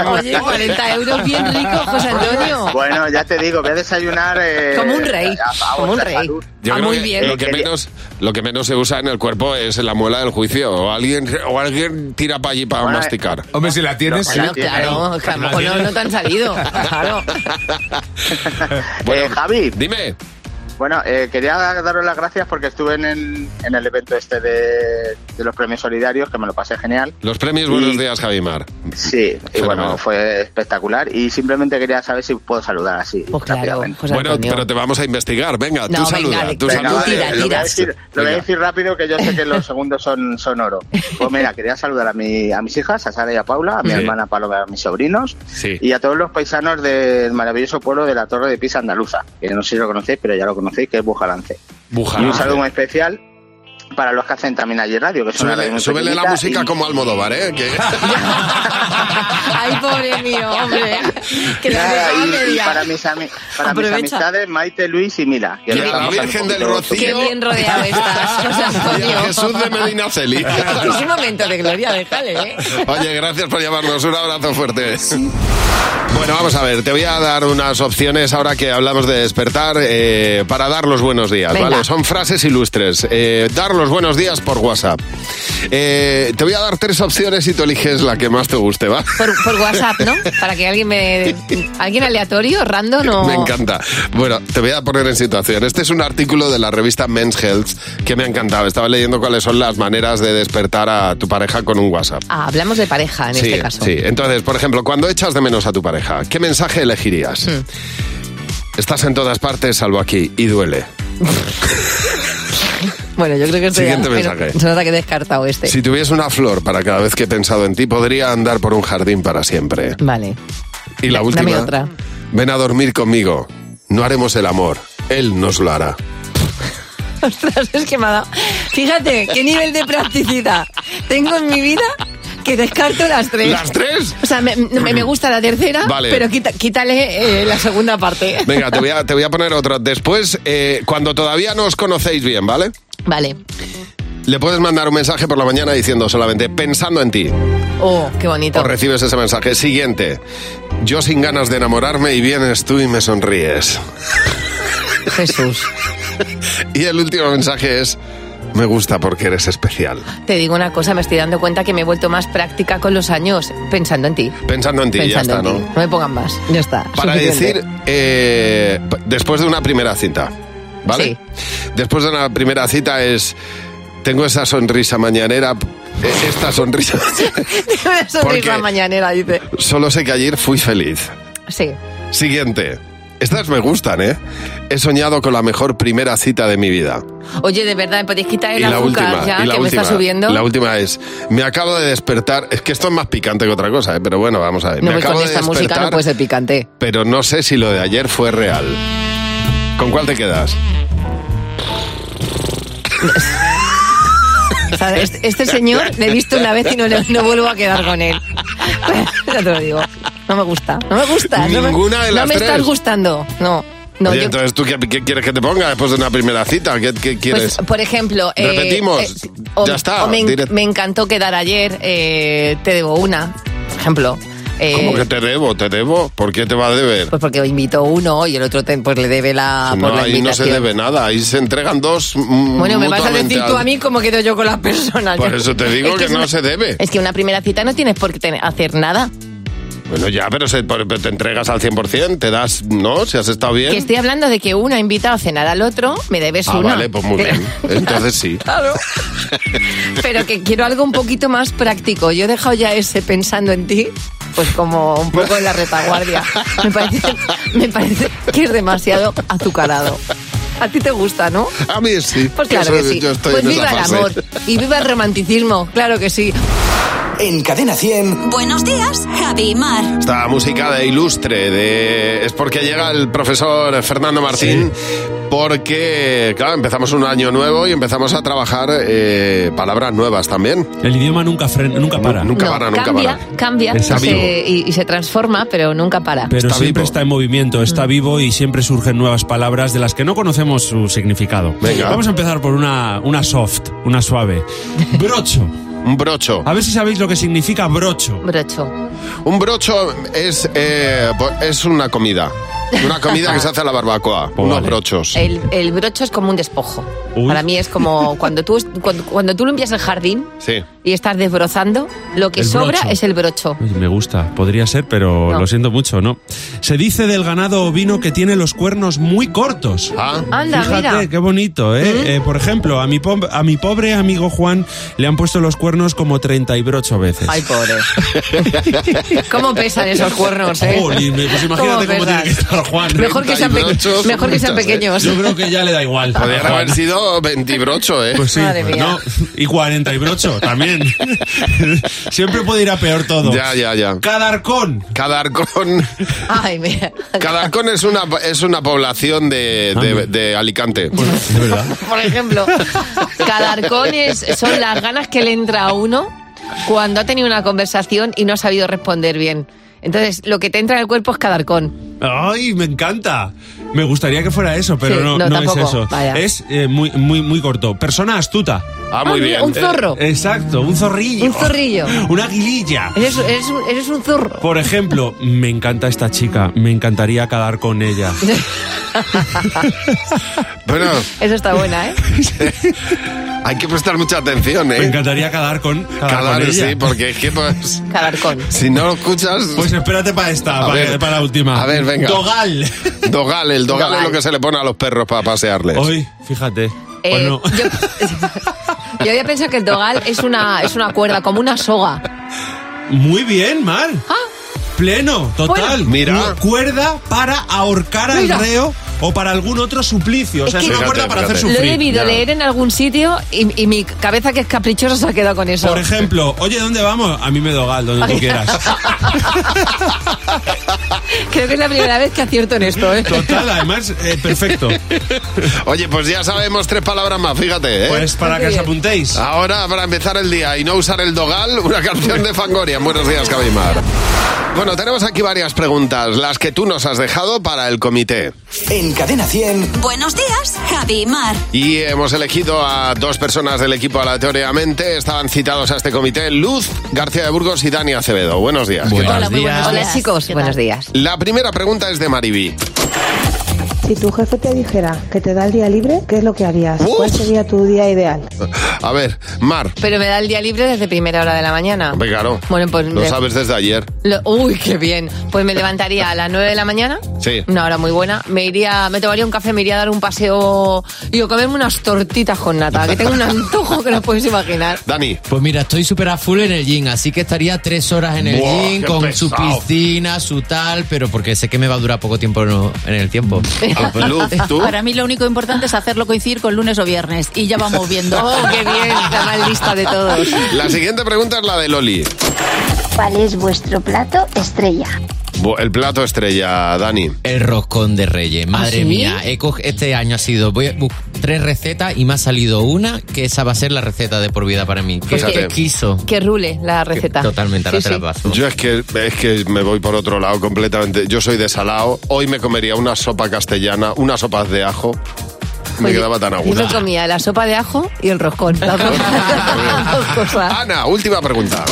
S4: Oye, 40 euros bien rico, José Antonio.
S14: Bueno, ya te digo, voy a desayunar. eh,
S4: Como un rey,
S14: a- a
S4: como un
S14: vuestra
S4: rey. Ah,
S14: salud.
S3: Yo creo que Lo que, menos, lo que menos se usa en el cuerpo es la muela del juicio. O alguien, o alguien tira para allí para
S14: Bueno,
S3: masticar.
S8: Hombre, si la tienes,
S4: Bueno, claro, que a lo mejor no, no te han salido. Claro.
S14: Eh, Javi.
S3: Dime.
S14: Bueno, eh, quería daros las gracias porque estuve en el, en el evento este de, de los premios solidarios, que me lo pasé genial.
S3: Los premios Buenos Días, Javimar.
S14: Sí, y
S3: Fenomenal.
S14: bueno, fue espectacular. Y simplemente quería saber si puedo saludar así.
S4: Pues
S14: rápidamente.
S3: bueno, pero te vamos a investigar. Venga,
S14: No,
S3: tú
S14: venga,
S3: saluda.
S14: Alex,
S3: tú
S14: venga,
S3: saluda.
S14: vale, Lo voy, a decir, lo voy a decir rápido que yo sé que los segundos son, son oro. Pues mira, quería saludar a, mi, a mis hijas, a Sara y a Paula, a mi
S3: Sí.
S14: hermana Paloma, a mis sobrinos
S3: Sí.
S14: y a todos los paisanos del maravilloso pueblo de la Torre de Pisa Andaluza, que no sé si lo conocéis, pero ya lo conocéis, que es Bujalance.
S3: Bujalance.
S14: Y un saludo muy especial para los que hacen también allí radio, que son una
S3: Súbele,
S14: radio muy
S3: súbele la
S14: pequeñita
S3: música
S14: y-
S3: como Almodóvar, ¿eh? Que-
S4: Ay, pobre mío, hombre. Que la
S14: Nada,
S4: dejaba
S14: y- y
S4: media.
S14: para mis, ami- para mis
S4: Aprovecha.
S14: amistades, Maite, Luis y Mila.
S3: Que a
S14: nos
S3: la
S14: estamos
S3: Virgen
S14: dando
S3: del
S14: un poquito-
S4: Qué bien rodeado estás, José
S3: Y
S4: Antonio.
S3: a Jesús de Medinaceli.
S4: Es un momento de gloria, déjale, ¿eh?
S3: Oye, gracias por llamarnos. Un abrazo fuerte. Bueno, vamos a ver, te voy a dar unas opciones ahora que hablamos de despertar eh, para dar los buenos días,
S17: Venga.
S3: ¿vale? Son frases ilustres. Eh, dar los buenos días por WhatsApp. Eh, te voy a dar tres opciones y tú eliges la que más te guste, ¿va?
S4: Por, por WhatsApp, ¿no? Para que alguien me. Alguien aleatorio, random o.
S3: Me encanta. Bueno, te voy a poner en situación. Este es un artículo de la revista Men's Health que me ha encantado. Estaba leyendo cuáles son las maneras de despertar a tu pareja con un WhatsApp.
S4: Ah, hablamos de pareja en
S3: sí,
S4: este caso.
S3: sí. Entonces, por ejemplo, cuando echas de menos a tu pareja, ¿qué mensaje elegirías? Estás en todas partes, salvo aquí, y duele.
S4: Bueno, yo creo que estoy.
S3: Siguiente mensaje.
S4: Se nota que he descartado este.
S3: Si tuviese una flor para cada vez que he pensado en ti, podría andar por un jardín para siempre.
S4: Vale.
S3: Y la última.
S4: Dame otra.
S3: Ven a dormir conmigo. No haremos el amor. Él nos lo hará.
S4: Ostras, es que me ha dado. Fíjate, qué nivel de practicidad tengo en mi vida que descarto las tres.
S3: ¿Las tres?
S4: O sea, me, me- me gusta la tercera,
S3: Vale.
S4: pero quita- quítale eh, la segunda parte.
S3: Venga, te voy a, te voy a poner otra. Después, eh, cuando todavía no os conocéis bien, ¿vale?
S4: Vale.
S3: Le puedes mandar un mensaje por la mañana diciendo solamente pensando en ti.
S4: Oh, qué bonito.
S3: O recibes ese mensaje. Siguiente. Yo sin ganas de enamorarme y vienes tú y me sonríes.
S4: Jesús.
S3: Y el último mensaje es, me gusta porque eres especial.
S4: Te digo una cosa, me estoy dando cuenta que me he vuelto más práctica con los años pensando en ti.
S3: Pensando en ti,
S4: Pensando
S3: ya
S4: en
S3: está,
S4: ti.
S3: ¿no?
S4: No me pongan más. Ya está.
S3: Para
S4: suficiente.
S3: decir, eh, p- después de una primera cita, ¿vale? Después de una primera cita es, tengo esa sonrisa mañanera, eh, esta sonrisa.
S4: Una sonrisa
S3: Porque-
S4: mañanera, dice.
S3: Solo sé que ayer fui feliz.
S4: Sí.
S3: Siguiente. Estas me gustan, ¿eh? He soñado con la mejor primera cita de mi vida.
S4: Oye, de verdad, ¿me podéis quitar
S3: Y
S4: el
S3: la
S4: azúcar
S3: última,
S4: ya
S3: y la
S4: que me está
S3: última,
S4: subiendo?
S3: La última es, me acabo de despertar, es que esto es más picante que otra cosa, ¿eh? pero bueno, vamos a ver.
S4: no,
S3: me
S4: pues
S3: acabo
S4: con
S3: de
S4: esta música
S3: despertar,
S4: no puede ser picante.
S3: pero no sé si lo de ayer fue real. ¿Con cuál te quedas?
S4: O sea, este, este señor le he visto una vez y no, le- no vuelvo a quedar con él. ya te lo digo. No me gusta. No me gusta. no
S3: Ninguna
S4: me,
S3: de
S4: no
S3: las
S4: me
S3: tres.
S4: estás gustando. No. No,
S3: Oye,
S4: yo,
S3: entonces, ¿tú qué, qué quieres que te ponga después de una primera cita? ¿Qué, qué quieres?
S4: pues, por ejemplo... eh,
S3: Repetimos.
S4: eh, o-
S3: Ya está,
S4: o me, en-
S3: direct-
S4: me encantó quedar ayer. eh, te debo una, por ejemplo. Eh,
S3: ¿Cómo que te debo? ¿Te debo? ¿Por qué te va a deber?
S4: Pues porque invitó uno y el otro te- pues le debe la, por
S3: no,
S4: la
S3: ahí no se
S4: invitación.
S3: debe nada, ahí se entregan dos. mm,
S4: Bueno, me vas a decir tú a mí cómo quedo yo con las personas.
S3: Por
S4: Yo-
S3: eso te digo que
S4: es
S3: no
S4: una-
S3: se debe.
S4: Es que una primera cita no tienes por qué tener- hacer nada.
S3: Bueno, ya, pero, se- pero te entregas al 100%, te das, ¿no? Si has estado bien.
S4: Que estoy hablando de que uno ha invitado a cenar al otro, me debes
S3: ah,
S4: una. Eh.
S3: vale, pues muy bien. Entonces sí.
S4: Claro. Pero que quiero algo un poquito más práctico. Yo he dejado ya ese pensando en ti, pues como un poco en la retaguardia. Me parece, me parece que es demasiado azucarado. A ti te gusta, ¿no?
S3: A mí sí.
S4: Pues claro que
S18: Eso,
S4: sí.
S18: yo estoy
S4: Pues
S18: en esa
S4: viva el
S18: fase.
S4: amor y viva el romanticismo, claro que sí.
S18: En Cadena 100.
S1: Buenos días, Javi y Mar.
S3: Esta música de ilustre de es porque llega el profesor Fernando Martín porque claro empezamos un año nuevo y empezamos a trabajar eh, palabras nuevas también.
S12: El idioma nunca frena, nunca para.
S3: Nunca
S4: No,
S3: para, nunca
S4: cambia,
S3: para.
S4: cambia
S12: Está
S4: se-
S12: vivo.
S4: y, y se transforma, pero nunca para.
S12: Pero siempre está en movimiento, está vivo y siempre surgen nuevas palabras de las que no conocemos su significado.
S3: Venga.
S12: Vamos a empezar por una, una soft, una suave. Brocho.
S3: Un brocho.
S12: A ver si sabéis lo que significa brocho.
S4: Brocho.
S3: Un brocho es eh, po- es una comida, una comida que se hace a la barbacoa, unos brochos.
S4: El, el brocho es como un despojo.
S3: Uy.
S4: Para mí es como cuando tú, cuando, cuando tú limpias el jardín
S3: Sí.
S4: y estás desbrozando, lo que
S12: El
S4: sobra
S12: brocho.
S4: es el brocho.
S12: Me gusta, podría ser, pero
S4: No.
S12: lo siento mucho, ¿no? Se dice del ganado ovino que tiene los cuernos muy cortos.
S3: Ah.
S4: Anda,
S12: Fíjate,
S4: mira. ¿Mm?
S12: qué bonito, ¿eh? Eh, por ejemplo, a mi, po- a mi pobre amigo Juan le han puesto los cuernos como 38 veces.
S4: Ay, pobre. ¿Cómo pesan esos cuernos, eh?
S12: Jolín, pues imagínate cómo, tiene
S4: pesan?
S12: que estar Juan. ¿eh?
S4: Mejor que sean pe-
S3: 38
S4: mejor que sean
S3: muchas, ¿eh?
S4: pequeños.
S12: Yo creo que ya le da igual.
S3: Podrían
S12: a Juan.
S3: haber sido 20 brocho, ¿eh?
S12: Pues sí,
S4: Madre mía.
S12: ¿no? Y 48 también. Siempre puede ir a peor todo.
S3: Ya, ya, ya.
S12: Cada arcón.
S3: Cada arcón,
S4: Ay, mira.
S3: cada arcón es una es una población de, de- de Alicante.
S4: Por ejemplo, calarcones son las ganas que le entra a uno cuando ha tenido una conversación y no ha sabido responder bien. Entonces, lo que te entra en el cuerpo es cadarcón.
S12: Ay, me encanta. Me gustaría que fuera eso, pero
S4: Sí,
S12: no,
S4: no,
S12: no es
S4: tampoco,
S12: eso.
S4: vaya.
S12: Es eh, muy, muy, muy corto. Persona astuta.
S3: Ah,
S4: muy Ah, mira, bien. un zorro.
S12: Eh, exacto, un zorrillo.
S4: Un zorrillo.
S12: Una aguililla.
S4: Eres, eres un- eres un zurro.
S12: Por ejemplo, me encanta esta chica. Me encantaría quedar con ella.
S3: Bueno,
S4: Eso está buena, ¿eh?
S3: hay que prestar mucha atención, ¿eh?
S12: Me encantaría quedar con, quedar
S3: Calar,
S12: con ella.
S3: sí, porque es que pues,
S4: Calarcón.
S3: si no lo escuchas...
S12: Pues espérate para esta,
S3: A
S12: para,
S3: ver.
S12: para la última.
S3: A ver, venga.
S12: Dogal.
S3: Dogal, el dogal,
S4: Dogal.
S3: es lo que se le pone a los perros para pasearles.
S12: Hoy, fíjate.
S4: Eh,
S12: Pues no.
S4: yo, yo había pensado que el dogal es una, es una cuerda, como una soga.
S12: Muy bien, Mar.
S4: Ah,
S12: Pleno, total.
S3: Bueno. Mira.
S12: Una cuerda para ahorcar al
S4: Mira.
S12: reo
S16: o para algún otro suplicio. O sea,
S4: Es
S16: es,
S4: que-
S16: una cuerda para hacer
S4: Lo
S16: sufrir.
S4: he debido leer en algún sitio y, y mi cabeza, que es caprichosa, se ha quedado con eso.
S16: Por ejemplo, oye, ¿dónde vamos? A mí me dogal, donde tú quieras.
S4: Creo que es la primera vez que acierto en esto, ¿eh?
S16: Total, además, eh, perfecto.
S3: Oye, pues ya sabemos tres palabras más, fíjate. ¿eh?
S16: Pues para que os apuntéis.
S3: Ahora, para empezar el día y no usar el dogal, una canción de Fangoria. Buenos días, Cabimar. Bueno, tenemos aquí varias preguntas, las que tú nos has dejado para el comité.
S2: En Cadena 100.
S1: Buenos días, Javi y Mar.
S3: Y hemos elegido a dos personas del equipo aleatoriamente. Estaban citados a este comité Luz García de Burgos y Dani Acevedo. Buenos días. ¿qué tal?
S4: Hola, chicos. Buenos días.
S3: La primera pregunta es de Mariví.
S17: Si tu jefe te dijera que te da el día libre, ¿qué es lo que harías? ¿Cuál sería tu día ideal?
S3: A ver, Mar.
S4: Pero me da el día libre desde primera hora de la mañana.
S3: Hombre, claro.
S4: Bueno, pues
S3: Lo
S4: de-
S3: sabes desde ayer.
S4: Lo- uy, qué bien. Pues me levantaría a las 9 de la mañana.
S3: Sí.
S4: Una hora muy buena. Me iría, me tomaría un café, me iría a dar un paseo y o comerme unas tortitas con nata, que tengo un antojo que no puedes imaginar.
S3: Dani.
S19: Pues mira, estoy súper a full en el gym, así que estaría tres horas en el
S4: Buah,
S19: gym
S4: qué
S19: con su
S4: pesado.
S19: piscina, su tal, pero porque sé que me va a durar poco tiempo no- en el tiempo.
S3: Ah, pues,
S20: Para mí lo único importante es hacerlo coincidir con lunes o viernes y ya vamos viendo.
S4: ¡Oh, qué bien! La más lista de todos.
S3: La siguiente pregunta es la de Loli.
S21: ¿Cuál es vuestro plato estrella?
S3: Bu- El plato estrella, Dani.
S19: El roscón de reyes,
S4: ¿Ah,
S19: madre
S3: ¿Ah, ¿sí?
S19: mía. he cog- este año ha sido voy a bu- tres recetas y me ha salido una, que esa va a ser la receta de por vida para mí. Que
S4: Pues que-
S19: quiso.
S4: Que rule la receta.
S19: Totalmente, ahora
S4: Ah, Sí,
S19: te la
S4: sí.
S19: paso.
S3: Yo es que, es que me voy por otro lado completamente. Yo soy de Salao. Hoy me comería una sopa castellana, unas sopas de ajo. Me
S4: Oye,
S3: quedaba tan a
S4: Yo
S3: gusto.
S4: me comía la sopa de ajo y el roscón. Las dos- las dos cosas.
S3: Ana, última pregunta.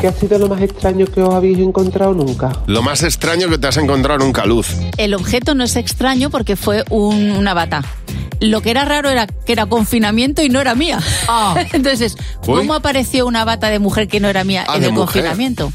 S22: ¿Qué ha sido lo más extraño que os habéis encontrado nunca?
S3: Lo más extraño que te has encontrado nunca, Luz.
S20: El objeto no es extraño porque fue un- una bata. Lo que era raro era que era confinamiento y no era mía.
S12: Ah.
S20: Entonces,
S3: Uy.
S20: ¿cómo apareció una bata de mujer que no era mía
S3: Ah,
S20: en
S3: de
S20: el
S3: mujer. Ah.
S20: confinamiento?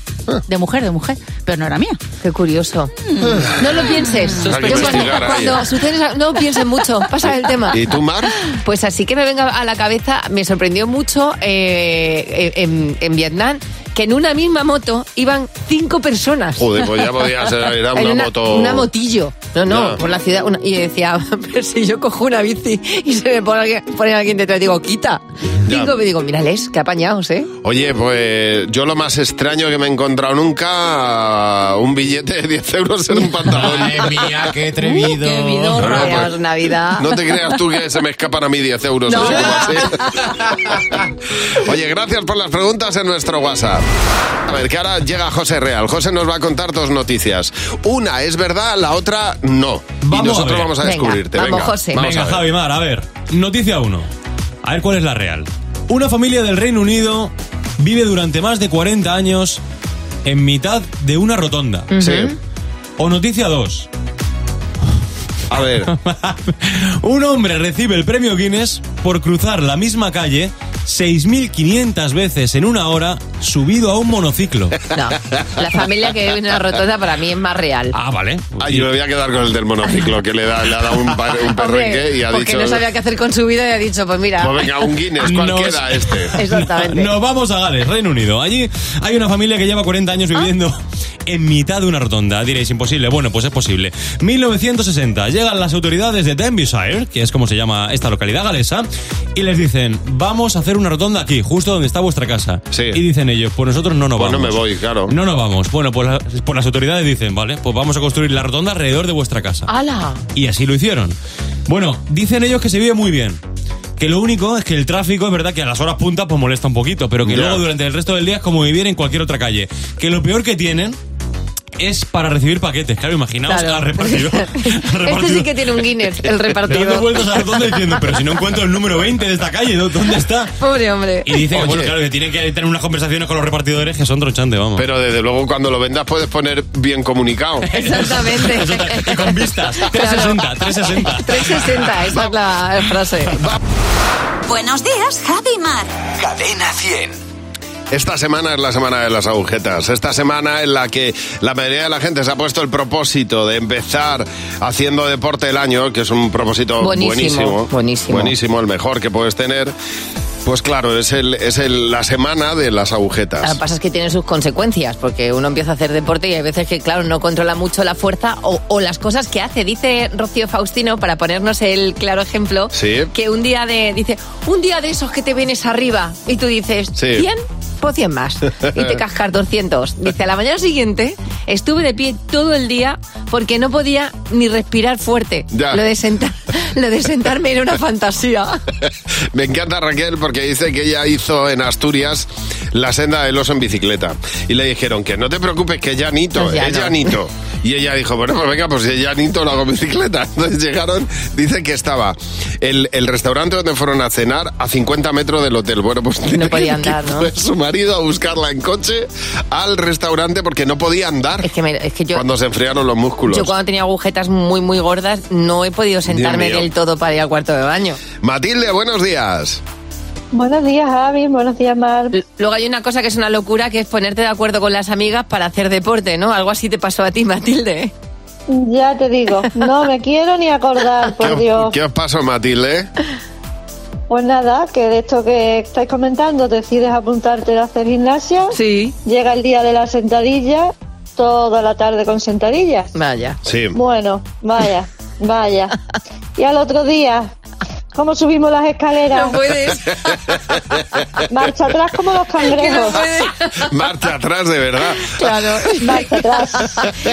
S20: De mujer, de mujer, pero no era mía.
S4: Qué curioso. Mm. No lo pienses.
S3: Hay que
S4: Yo cuando-
S3: investigar ahí,
S4: cuando
S3: ¿eh?
S4: sucede esa- no pienses mucho. Pasa el tema.
S3: ¿Y tú, Mar?
S4: Pues así que me venga a la cabeza, me sorprendió mucho eh, en, en Vietnam que en una misma moto iban cinco personas.
S3: Joder, pues ya podía ser, era
S4: En
S3: una moto-
S4: Una motillo. No, no,
S3: Ya.
S4: por la ciudad. una- y decía, pero si yo cojo una bici y se me pone alguien, pone alguien detrás, digo, quita.
S3: Ya.
S4: Cinco, me digo, mírales, que apañados, ¿eh?
S3: Oye, pues yo lo más extraño que me he encontrado nunca, un billete de 10 euros en un pantalón.
S19: Madre mía, qué atrevido.
S4: Qué vidorra.
S3: No, no, pues,
S4: Veamos Navidad.
S3: no te creas tú que se me escapan a mí 10 euros.
S4: No.
S3: eso como así. Oye, gracias por las preguntas en nuestro WhatsApp. A ver, que ahora llega José Real. José nos va a contar dos noticias. Una es verdad, la otra no. y nosotros vamos a descubrirte. Venga, vamos
S16: Venga,
S3: a ver.
S16: Javi Mar, a ver. Noticia 1. A ver cuál es la real. Una familia del Reino Unido vive durante más de 40 años en mitad de una rotonda.
S3: Sí.
S16: O noticia 2.
S3: A ver.
S16: Un hombre recibe el premio Guinness por cruzar la misma calle 6.500 veces en una hora subido a un monociclo.
S4: No, La familia que vive en una rotonda para mí es más real.
S16: Ah, vale.
S3: Ah, yo me voy a quedar con el del monociclo, que le, da, le ha dado un, pa- un perrenque
S4: Hombre,
S3: y ha
S4: porque
S3: dicho...
S4: no sabía qué hacer con su vida y ha dicho, pues mira.
S3: Pues venga, un Guinness, ¿cuál
S16: Nos-
S3: queda este?
S4: Exactamente.
S16: Nos vamos a Gales, Reino Unido. Allí hay una familia que lleva 40 años viviendo en mitad de una rotonda. Diréis, imposible. Bueno, pues es posible. 1960, llegan las autoridades de Denbighshire, que es como se llama esta localidad galesa, y les dicen, vamos a hacer una rotonda aquí, justo donde está vuestra casa. Y dicen ellos, pues nosotros no nos
S3: Pues no
S16: vamos.
S3: me voy, claro.
S16: No nos vamos. Bueno, pues, la- pues las autoridades dicen, vale, pues vamos a construir la rotonda alrededor de vuestra casa.
S4: ¡Hala!
S16: Y así lo hicieron. Bueno, dicen ellos que se vive muy bien. Que lo único es que el tráfico, es verdad que a las horas puntas pues molesta un poquito, pero que
S3: Ya.
S16: luego durante el resto del día es como vivir en cualquier otra calle. Que lo peor que tienen es para recibir paquetes. Claro, imaginaos
S4: Claro.
S16: al repartidor. al
S4: Este
S16: repartidor
S4: sí que tiene un Guinness, el
S16: Dando
S4: repartido.
S16: vueltas a la rotonda diciendo, pero si no encuentro el número 20 de esta calle, ¿dó- ¿dónde está?
S4: Pobre hombre.
S16: Y dicen, que, bueno, claro, que tienen que tener unas conversaciones con los repartidores que son tronchantes, vamos.
S3: Pero desde luego cuando lo vendas puedes poner bien comunicado.
S4: Exactamente.
S16: Y con vistas. 360, 360.
S4: 360, esa es la frase.
S1: Buenos días, Javi y Mar.
S2: Cadena 100.
S3: Esta semana es la semana de las agujetas. Esta semana en la que la mayoría de la gente se ha puesto el propósito de empezar haciendo deporte el año, que es un propósito
S4: Buenísimo,
S3: buenísimo.
S4: buenísimo.
S3: Buenísimo, el mejor que puedes tener. Pues claro, es, el, es el- la semana de las
S4: Lo que
S3: agujetas.
S4: pasa es que tiene sus consecuencias, porque uno empieza a hacer deporte y hay veces que, claro, no controla mucho la fuerza o, o las cosas que hace. Dice Rocío Faustino, para ponernos el claro ejemplo,
S3: Sí.
S4: que un día de. Dice, un día de esos que te vienes arriba y tú dices,
S3: Sí.
S4: 100, pues 100 más. Y
S3: Eh.
S4: te cascas 200. Dice, a la mañana siguiente estuve de pie todo el día porque no podía ni respirar fuerte.
S3: Ya.
S4: Lo, de sentar, lo de sentarme era una fantasía.
S3: Me encanta Raquel porque dice que ella hizo en Asturias la senda del oso en bicicleta. Y le dijeron que no te preocupes, que es llanito,
S4: Pues ya
S3: es
S4: no.
S3: llanito. Y ella dijo, bueno, pues venga, pues si es llanito lo hago en bicicleta. Entonces llegaron, dice que estaba el, el restaurante donde fueron a cenar a 50 metros del hotel. Bueno, pues
S4: No podía andar, ¿no?
S3: fue su marido a buscarla en coche al restaurante porque no podía andar
S4: Es que, me- es que yo.
S3: cuando se enfriaron los músculos.
S4: Yo cuando tenía agujetas muy, muy gordas no he podido sentarme
S3: mío.
S4: del todo para ir al cuarto de baño.
S3: Matilde, buenos días.
S5: Buenos días, Javi. Buenos días, Mar.
S4: Luego hay una cosa que es una locura, que es ponerte de acuerdo con las amigas para hacer deporte, ¿no? Algo así te pasó a ti, Matilde. ¿eh?
S5: Ya te digo, no me quiero ni acordar, por Dios.
S3: ¿Qué os pasó, Matilde?
S5: Pues nada, que de esto que estáis comentando, decides apuntarte a hacer gimnasia.
S4: Sí.
S5: Llega el día de la sentadilla, toda la tarde con sentadillas.
S4: Vaya.
S3: Sí.
S5: Bueno, vaya, vaya. Y al otro día, ¿cómo subimos las escaleras?
S4: No puedes.
S5: Marcha atrás como los cangrejos.
S3: Marcha atrás, de verdad.
S4: Claro.
S5: Marcha atrás.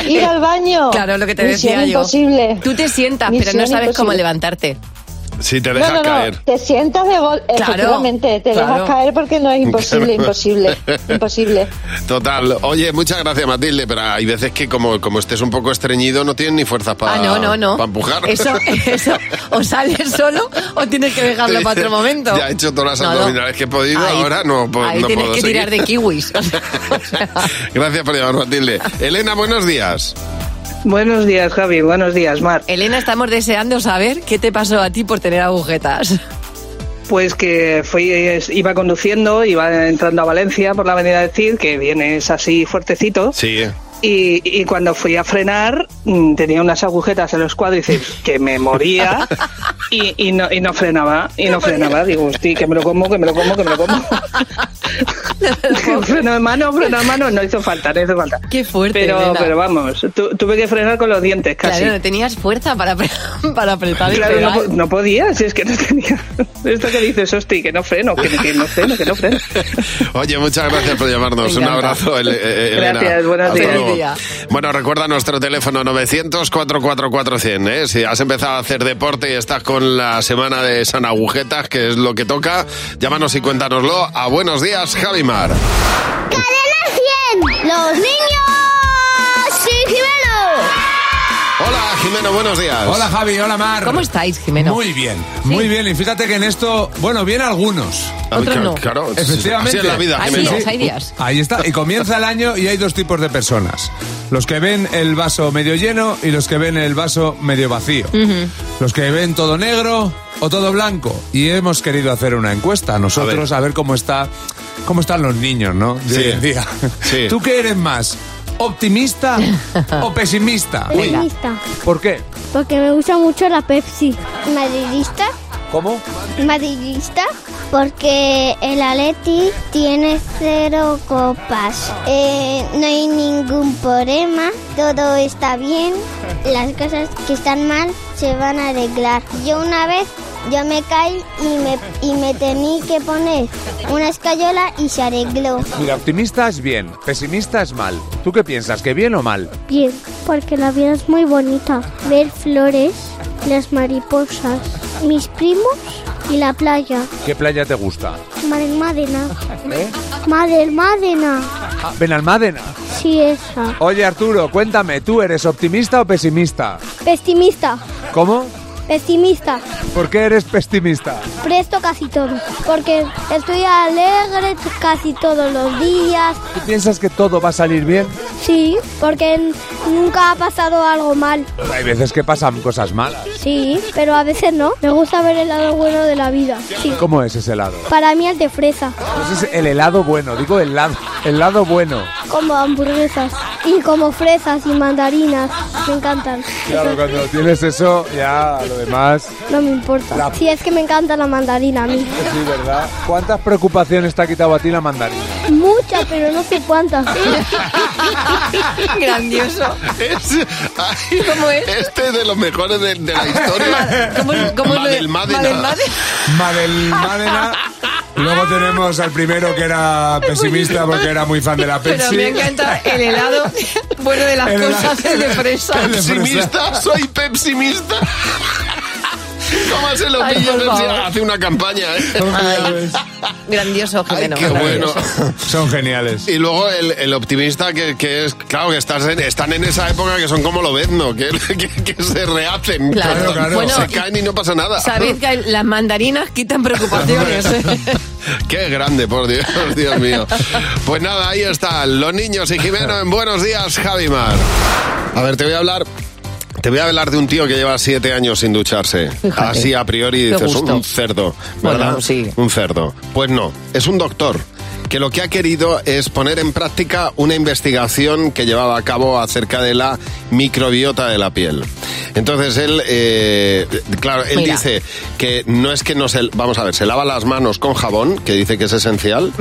S5: Ir al baño.
S4: Claro, lo que te
S5: Misión
S4: decía yo.
S5: imposible.
S4: Tú te sientas,
S5: Misión
S4: pero no sabes cómo
S5: imposible.
S4: levantarte.
S3: Si te
S5: No,
S3: dejas
S5: no, no,
S3: caer.
S5: Te sientas de gol,
S4: Claro,
S5: efectivamente, te
S3: claro.
S5: dejas caer porque no es imposible,
S3: Claro.
S5: imposible, imposible.
S3: Total. Oye, muchas gracias, Matilde, pero hay veces que como, como estés un poco estreñido no tienes ni fuerzas para
S4: Ah, no, no, no.
S3: para empujar.
S4: Eso, eso, o sales solo o tienes que dejarlo para otro momento.
S3: Ya he hecho todas las
S4: No, no.
S3: abdominales que he podido,
S4: Ahí-
S3: ahora no, po-
S4: Ahí
S3: no
S4: tienes
S3: puedo
S4: que tirar de
S3: seguir.
S4: kiwis.
S3: Gracias por llamar, Matilde. Elena, buenos días.
S23: Buenos días, Javi. Buenos días, Mar.
S4: Elena, estamos deseando saber qué te pasó a ti por tener agujetas.
S23: Pues que fui, eh, iba conduciendo, iba entrando a Valencia por la avenida de Cid, que vienes así fuertecito.
S3: Sí.
S23: Y, y cuando fui a frenar, mm, tenía unas agujetas en los cuádriceps que me moría y, y no, y no frenaba, y no frenaba. Digo, hostia, que me lo como, que me lo como, que me lo como. freno de mano, freno de mano, no hizo falta, no hizo falta.
S4: Qué fuerte,
S23: Pero,
S4: Elena.
S23: pero vamos, tu- tuve que frenar con los dientes casi.
S4: Claro, no tenías fuerza para, apre- para apretar el
S23: Claro, no,
S4: pedal.
S23: po- no podía, si es que no tenía. Esto que dices, hosti, que no freno, que, que no freno, que no freno.
S3: Oye, muchas gracias por llamarnos.
S23: Me
S3: Un
S23: encanta.
S3: abrazo, Ele- eh, Elena.
S23: Gracias, buenos
S3: Hasta
S23: días.
S3: luego.
S23: Día.
S3: Bueno, recuerda nuestro teléfono 900-444-100. ¿eh? Si has empezado a hacer deporte y estás con la semana de San Agujetas, que es lo que toca, llámanos y cuéntanoslo. A buenos días, Javimar.
S24: ¡Cadena 100! ¡Los niños! ¡Sí,
S3: Hola, Jimeno, buenos días.
S8: Hola, Javi, hola, Mar.
S4: ¿Cómo estáis, Jimeno?
S8: Muy bien, muy bien. Y fíjate que en esto, bueno, bien algunos.
S3: Otros claro, no. claro,
S8: efectivamente.
S3: así es la vida, Hay Jimeno. días, hay días.
S8: Ahí está. Y comienza el año y hay dos tipos de personas. Los que ven el vaso medio lleno y los que ven el vaso medio vacío.
S3: Mm.
S8: Los que ven todo negro o todo blanco. Y hemos querido hacer una encuesta nosotros a ver, cómo está cómo están los niños, ¿no? De
S3: Sí.
S8: hoy en día.
S3: Sí.
S8: ¿Tú qué eres más? ¿Optimista o pesimista?
S24: Madridista.
S8: ¿Por qué?
S24: Porque me gusta mucho la Pepsi. ¿Madridista?
S8: ¿Cómo?
S24: ¿Madridista? Porque el Atleti tiene cero copas. Eh, no hay ningún problema. Todo está bien. Las cosas que están mal se van a arreglar. Yo una vez yo me caí y me, y me tenía que poner una escayola y se arregló.
S8: Mira, optimista es bien, pesimista es mal. ¿Tú qué piensas? ¿Que bien o mal?
S24: Bien, porque la vida es muy bonita. Ver flores, las mariposas, mis primos y la playa.
S8: ¿Qué playa te gusta?
S24: Madena. Madre Madena.
S8: Ah, Benalmádena.
S24: Sí, esa.
S8: Oye, Arturo, cuéntame, ¿tú eres optimista o pesimista?
S24: Pestimista.
S8: ¿Cómo?
S24: Pestimista.
S8: ¿Por qué eres pesimista?
S24: Presto casi todo. Porque estoy alegre casi todos los días.
S8: ¿Tú piensas que todo va a salir bien?
S24: Sí, porque n- nunca ha pasado algo mal.
S8: Hay veces que pasan cosas malas.
S24: Sí, pero a veces no. Me gusta ver el lado bueno de la vida. Sí.
S8: ¿Cómo es ese lado?
S24: Para mí el de fresa.
S8: Ese es el helado bueno, digo el lado, el lado bueno.
S24: Como hamburguesas. Y como fresas y mandarinas. me encantan.
S8: Claro, cuando tienes eso, ya lo demás.
S24: No me importa.
S8: La-
S24: Si es que me encanta la mandarina a mí.
S8: Sí, ¿verdad? ¿Cuántas preocupaciones te ha quitado a ti la mandarina?
S24: Muchas, pero no sé cuántas.
S4: Grandioso.
S3: Es, ay, Este es de los mejores de, de la historia.
S4: ¿Cómo,
S8: cómo es lo de-
S3: Madelmadena.
S8: Madelmadena? Madel Madena. Luego tenemos al primero que era pesimista porque era muy fan de la Pepsi.
S4: Pero me encanta el helado, bueno, de las
S8: El helado-
S4: cosas el de fresa.
S8: el de fresa.
S3: Pepsimista, soy pepsimista. ¿Cómo se lo
S4: Ay,
S3: pilla
S4: por
S3: Pepsi?
S4: favor.
S3: Hace una campaña, ¿eh?
S4: Grandioso, Jimeno.
S3: Qué bueno.
S8: Son geniales.
S3: Y luego el, el optimista que, que es, claro, que estás en- están en esa época que son como lo ¿no? Que, que- que se rehacen.
S4: Claro.
S3: Pero
S4: Claro, claro.
S3: se
S4: Bueno,
S3: caen y no pasa nada.
S4: Sabéis que las mandarinas quitan preocupaciones. ¿eh?
S3: Qué grande, por Dios, Dios mío. Pues nada, ahí están los niños y Jimeno en Buenos Días, Javimar. A ver, te voy a hablar. Te voy a hablar de un tío que lleva siete años sin ducharse.
S4: Fíjate.
S3: Así a priori
S4: Qué
S3: dices,
S4: gusto.
S3: un cerdo. ¿Verdad?
S4: Bueno, sí.
S3: Un cerdo. Pues no, es un doctor que lo que ha querido es poner en práctica una investigación que llevaba a cabo acerca de la microbiota de la piel. Entonces él, eh, claro, él
S4: Mira.
S3: dice que no es que no se, vamos a ver, se lava las manos con jabón, que dice que es esencial,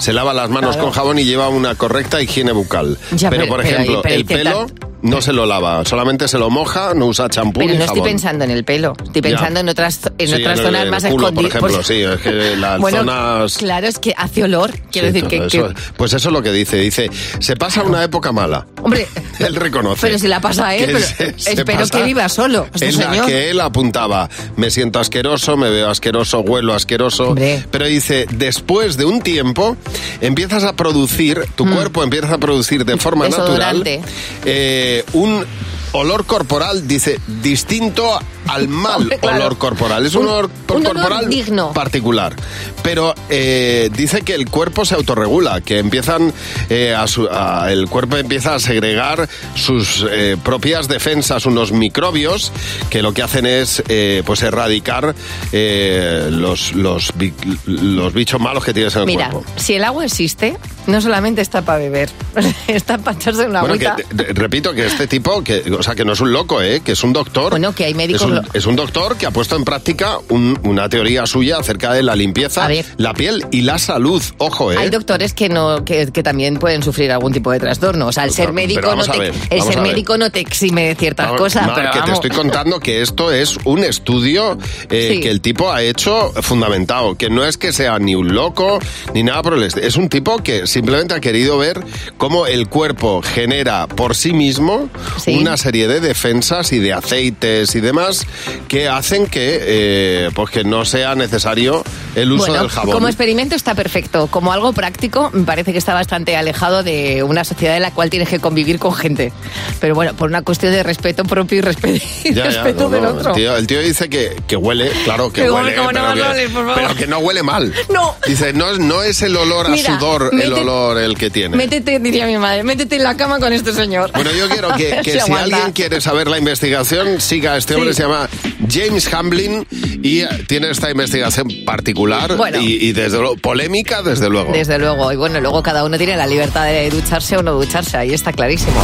S3: se lava las manos
S4: Claro.
S3: con jabón y lleva una correcta higiene bucal.
S4: Ya,
S3: pero,
S4: pero-
S3: por
S4: pero-
S3: ejemplo,
S4: pero
S3: el pelo
S4: intentar-
S3: no se lo lava, solamente se lo moja, no usa champú
S4: Pero
S3: ni
S4: no
S3: jabón.
S4: estoy pensando en el pelo, estoy
S3: Ya.
S4: pensando en otras, en
S3: Sí,
S4: otras
S3: el-
S4: zonas
S3: el
S4: más
S3: culo, Por
S4: escondidas.
S3: ejemplo,
S4: Pues-
S3: sí, es que las
S4: bueno,
S3: zonas...
S4: claro, es que hace olor. Quiero
S3: Sí,
S4: decir que,
S3: todo
S4: que-
S3: eso. Pues eso es lo que dice. Dice, se pasa una época mala.
S4: Hombre,
S3: Él reconoce.
S4: pero si la pasa a él,
S3: que
S4: pero
S3: se- se
S4: espero
S3: pasa
S4: que viva solo. este
S3: en la
S4: señor.
S3: que él apuntaba, me siento asqueroso, me veo asqueroso, huelo asqueroso. Pero dice, después de un tiempo, empiezas a producir, tu cuerpo empieza a producir de forma natural
S4: Mm. Desodorante.
S3: eh, un olor corporal, dice, distinto al mal
S4: Hombre, claro.
S3: olor corporal. Es un,
S4: Un-
S3: olor
S4: un olor
S3: corporal
S4: digno.
S3: particular. Pero eh, dice que el cuerpo se autorregula, que empiezan eh, a su- a- el cuerpo empieza a segregar sus eh, propias defensas, unos microbios que lo que hacen es eh, pues erradicar eh, los, los, bi- los bichos malos que tienes en el
S4: Mira,
S3: cuerpo.
S4: si el agua existe, no solamente está para beber, está para echarse una
S3: Bueno, que,
S4: agüita.
S3: te- te- repito que este tipo, que, o sea, que no es un loco, ¿eh? que es un doctor.
S4: Bueno, que hay médicos
S3: Es un,
S4: lo-
S3: es un doctor que ha puesto en práctica un- una teoría suya acerca de la limpieza, la piel y la salud. Ojo, ¿eh?
S4: Hay doctores que no que, que también pueden sufrir algún tipo de trastorno. O sea, el ser
S3: Pero
S4: médico, no
S3: vamos a
S4: te,
S3: ver,
S4: el
S3: vamos
S4: ser
S3: a ver.
S4: médico no te exime de ciertas
S3: Vamos,
S4: cosas.
S3: Ah, Mar,
S4: pero
S3: que te
S4: vamos.
S3: estoy contando que esto es un estudio eh,
S4: Sí.
S3: que el tipo ha hecho fundamentado, que no es que sea ni un loco ni nada por el estilo. Es un tipo que simplemente ha querido ver cómo el cuerpo genera por sí mismo una serie de defensas y de aceites y demás que hacen que, eh, pues que no sea necesario el uso
S4: Bueno,
S3: del jabón.
S4: Como experimento está perfecto. Como algo práctico, me parece que está bastante alejado de una sociedad en la cual tienes que convivir con gente. Pero bueno, por una cuestión de respeto propio y respe- y respeto,
S3: Ya, ya, no,
S4: del
S3: no,
S4: otro.
S3: El tío, el tío dice que, que huele, claro que
S4: Que huele
S3: huele,
S4: como
S3: pero,
S4: no,
S3: que,
S4: Manoli, por favor.
S3: pero que no huele mal.
S4: No.
S3: Dice, no, es- no es el olor a
S4: Mira,
S3: sudor el
S4: métete-
S3: olor el que tiene.
S4: Métete, diría mi madre, métete en la cama con este señor.
S3: Bueno, yo quiero que, que si
S4: Se aguanta.
S3: alguien quiere saber la investigación, siga a este hombre, se llama James Hamblin y eh, tiene esta investigación particular
S4: Bueno.
S3: y, y desde luego, polémica, desde luego.
S4: Desde luego, y bueno, luego cada uno tiene la libertad de ducharse o no ducharse, ahí está clarísimo.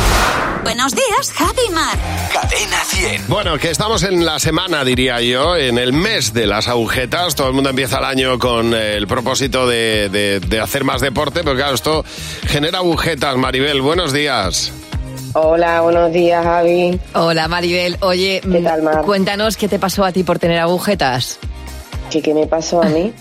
S1: Buenos días, Javi Mar.
S2: Cadena 100.
S3: Bueno, que estamos en la semana, diría yo, en el mes de las agujetas. Todo el mundo empieza el año con eh, el propósito de, de- de hacer más deporte, pero claro, esto genera agujetas. Maribel, buenos días.
S6: Hola, buenos días, Javi.
S4: Hola Maribel, oye, mm, cuéntanos qué te pasó a ti por tener agujetas.
S6: ¿Qué, qué me pasó a mí?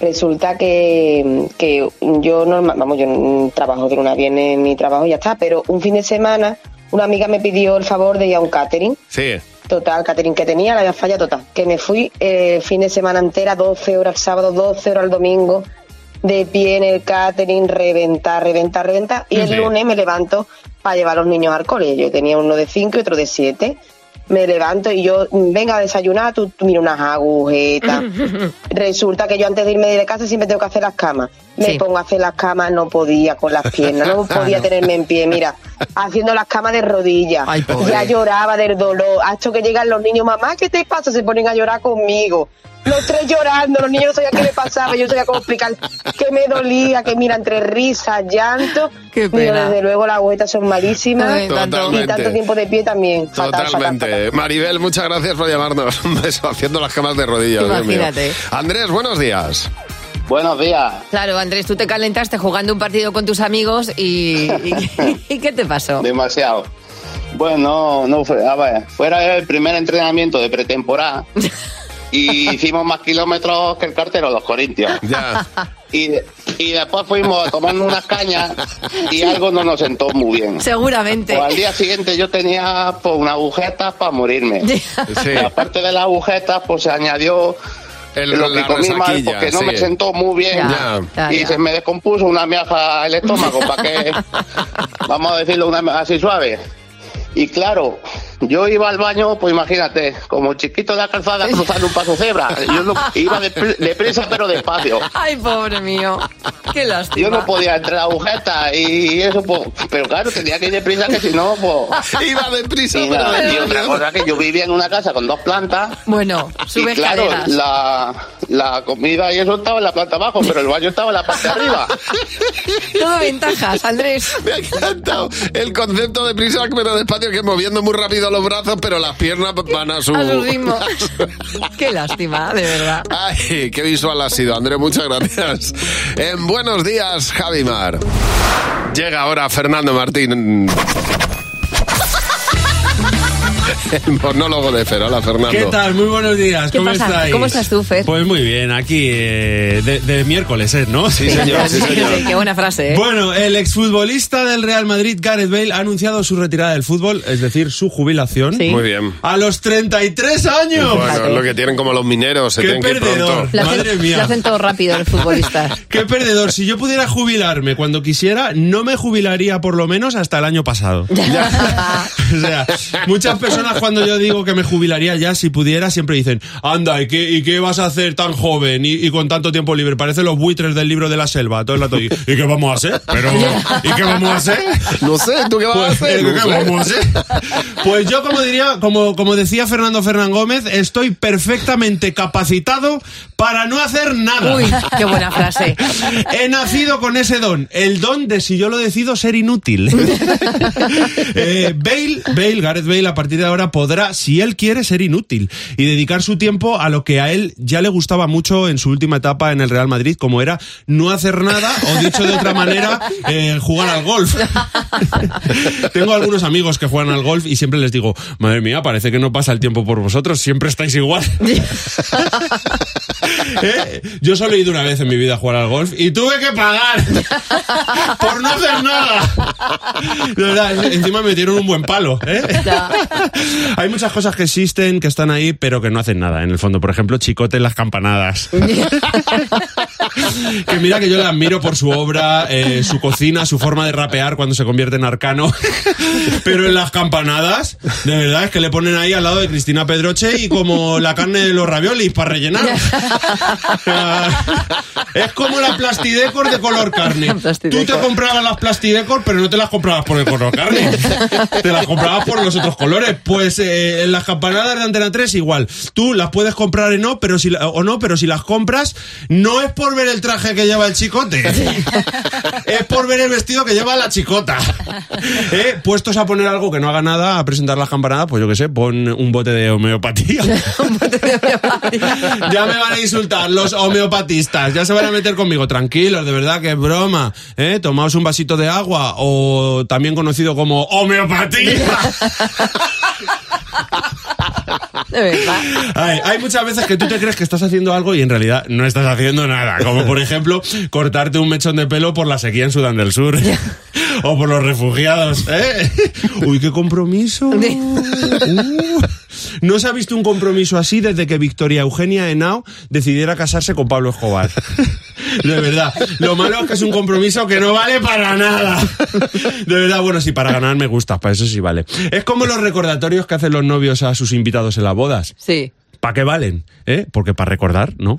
S6: Resulta que, que yo normal, vamos, yo mm, trabajo de una bien en mi trabajo y ya está, pero un fin de semana una amiga me pidió el favor de ir a un catering.
S3: Sí.
S6: Total, catering que tenía, la había fallado total. Que me fui eh, fin de semana entera, 12 horas el sábado, 12 horas el domingo, de pie en el catering, reventar, reventar, reventar. Y el
S9: Sí.
S6: lunes me levanto para llevar a los niños al colegio. Yo tenía uno de 5 y otro de 7. Me levanto y yo, venga a desayunar, tú, tú mira unas agujetas. Resulta que yo antes de irme de casa siempre tengo que hacer las camas. me pongo a hacer las camas, no podía con las piernas, no
S9: Ah,
S6: podía
S9: no.
S6: tenerme en pie, mira, haciendo las camas de rodillas,
S9: Ay, pobre.
S6: ya lloraba del dolor, ha hecho que llegan los niños, mamá, ¿qué te pasa? Se ponen a llorar conmigo. Los tres llorando, los niños no sabían qué le pasaba, yo no sabía cómo explicar que me dolía, que mira, entre risas, llanto.
S4: Qué
S6: Digo,
S4: pena.
S6: desde luego las vueltas son malísimas.
S3: Ay, tanto.
S6: Y tanto
S3: Totalmente.
S6: tiempo de pie también. Fatal, fatal,
S3: Totalmente. Maribel, muchas gracias por llamarnos. Un beso haciendo las camas de rodillas. Dios mío.
S4: Imagínate.
S3: Andrés, buenos días.
S11: Buenos días.
S4: Claro, Andrés, tú te calentaste jugando un partido con tus amigos y, y- y ¿qué te pasó?
S11: Demasiado. Bueno, no, no fue, a ver, fuera el primer entrenamiento de pretemporada y hicimos más kilómetros que el cartero de los Corintios.
S3: Ya.
S11: Y, y después fuimos a tomarnos unas cañas y algo no nos sentó muy bien.
S4: Seguramente.
S11: Pues al día siguiente yo tenía pues, una agujeta para morirme.
S3: Sí.
S11: Y aparte de las agujetas, pues se añadió
S3: El-
S11: lo que
S3: la
S11: comí mal
S3: resaquilla,
S11: porque no
S3: sí.
S11: me sentó muy bien.
S3: Ya, ya,
S11: y
S3: ya.
S11: se me descompuso una miaja el estómago, para que, vamos a decirlo una, miaja así suave. Y claro, yo iba al baño, pues imagínate, como chiquito de la calzada cruzando un paso cebra. Yo no- iba depr- deprisa pero despacio.
S4: Ay, pobre mío. Qué lástima.
S11: Yo no podía entre la agujeta y eso, pues, pero claro, tenía que ir deprisa, que si no, pues...
S3: Iba deprisa,
S11: y,
S3: pero
S11: nada, y
S3: despacio.
S11: otra cosa que yo vivía en una casa con dos plantas
S4: Bueno,
S11: y
S4: subes
S11: claro,
S4: caderas.
S11: la, la comida y eso estaba en la planta abajo, pero el baño estaba en la parte de arriba.
S4: Todo ventajas, Andrés.
S3: Me ha encantado el concepto de prisa, pero despacio, que moviendo muy rápido los brazos, pero las piernas van a su...
S4: A su ritmo. Qué lástima, de verdad.
S3: Ay, qué visual ha sido, Andrés. Muchas gracias. En buenos días, Javimar. Llega ahora Fernando Martín. El monólogo de Fer. Hola, Fernando.
S12: ¿Qué tal? Muy buenos días.
S4: ¿Qué
S12: ¿Cómo
S4: pasa?
S12: estáis?
S4: ¿Cómo estás tú, Fer?
S12: Pues muy bien, aquí eh, de, de miércoles, ¿eh? ¿no?
S3: Sí, señor, sí,
S4: Sí, Qué buena frase, ¿eh?
S12: Bueno, el exfutbolista del Real Madrid, Gareth Bale, ha anunciado su retirada del fútbol, es decir, su jubilación.
S3: Muy bien.
S12: A los 33 años.
S3: Bueno, es lo que tienen como los mineros, se
S12: Qué
S3: tienen que ir
S12: perdedor.
S3: pronto.
S4: lo,
S12: madre
S4: hacen,
S12: mía.
S4: lo hacen todo rápido los futbolistas.
S12: Qué perdedor. Si yo pudiera jubilarme cuando quisiera, no me jubilaría por lo menos hasta el año pasado. o sea, muchas personas cuando yo digo que me jubilaría ya si pudiera, siempre dicen, anda, ¿y qué, y qué vas a hacer tan joven y, y con tanto tiempo libre? Parecen los buitres del libro de la selva. Todo el rato, ¿y, ¿y qué vamos a hacer? Pero, ¿Y qué vamos a hacer?
S3: No sé, ¿tú qué vas a
S12: Pues,
S3: hacer?
S12: ¿qué
S3: No sé.
S12: vamos a hacer? Pues yo, como diría, como, como decía Fernando Fernán Gómez, estoy perfectamente capacitado para no hacer nada.
S4: Uy, qué buena frase.
S12: He nacido con ese don, el don de si yo lo decido ser inútil. Eh, Bale, Bale, Gareth Bale, a partir de ahora podrá, si él quiere, ser inútil y dedicar su tiempo a lo que a él ya le gustaba mucho en su última etapa en el Real Madrid, como era no hacer nada o, dicho de otra manera, eh, jugar al golf. Tengo algunos amigos que juegan al golf y siempre les digo, madre mía, parece que no pasa el tiempo por vosotros, siempre estáis igual. ¿Eh? Yo solo he ido una vez en mi vida a jugar al golf y tuve que pagar por no hacer nada. De verdad, encima me dieron un buen palo. ¿eh? Hay muchas cosas que existen, que están ahí, pero que no hacen nada. En el fondo, por ejemplo, Chicote en las campanadas. que mira que yo le admiro por su obra, eh, su cocina, su forma de rapear cuando se convierte en arcano. Pero en las campanadas, de verdad, es que le ponen ahí al lado de Cristina Pedroche y como la carne de los raviolis para rellenar. es como la plastidecor de color carne. Tú te comprabas las plastidecor, pero no te las comprabas por el color carne. te las comprabas por los otros colores. Pues eh, en las campanadas de Antena 3 igual. Tú las puedes comprar en no, pero si, la- o no, pero si las compras, no es por ver el traje que lleva el chicote. es por ver el vestido que lleva la chicota. Eh, Puestos a poner algo que no haga nada, a presentar las campanadas, pues yo qué sé, pon un bote de homeopatía. ya me van a insultar los homeopatistas, ya se van a meter conmigo. Tranquilos, de verdad, que es broma. ¿eh? Tomaos un vasito de agua o también conocido como homeopatía. Ay, hay muchas veces que tú te crees que estás haciendo algo y en realidad no estás haciendo nada. Como por ejemplo, cortarte un mechón de pelo por la sequía en Sudán del Sur. o por los refugiados. ¿eh? Uy, qué compromiso. Uh. No se ha visto un compromiso así desde que Victoria Eugenia Henao decidiera casarse con Pablo Escobar. De verdad. Lo malo es que es un compromiso que no vale para nada. De verdad, bueno, sí, para ganar me gusta, para eso sí vale. Es como los recordatorios que hacen los novios a sus invitados en las bodas.
S4: Sí.
S16: ¿Para qué valen? ¿Eh? Porque para recordar, ¿no?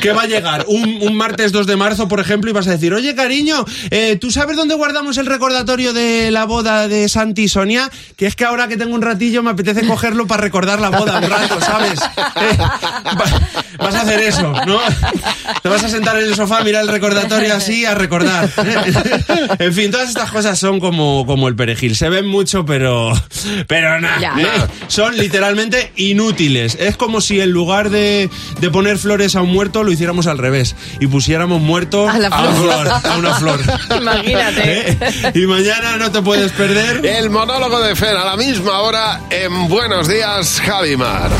S12: ¿Qué va a llegar? Un, un martes 2 de marzo, por ejemplo, y vas a decir, oye, cariño, eh, ¿tú sabes dónde guardamos el recordatorio de la boda de Santi y Sonia? Que es que ahora que tengo un ratillo me apetece cogerlo para recordar la boda un rato, ¿sabes? Eh, va- vas a hacer eso, ¿no? Te vas a sentar en el sofá, a mirar el recordatorio así, a recordar. ¿eh? En fin, todas estas cosas son como, como el perejil. Se ven mucho, pero, pero
S7: Ya.
S12: nada. ¿eh? Son literalmente inútiles. Es como si en lugar de, de poner flores a un muerto, lo hiciéramos al revés. Y pusiéramos muerto a,
S7: la
S12: un
S7: flor.
S12: Ah, flor, a una flor. ¿Eh?
S7: Imagínate.
S12: Y mañana no te puedes perder.
S3: El monólogo de Fer a la misma hora en Buenos Días, Javimar.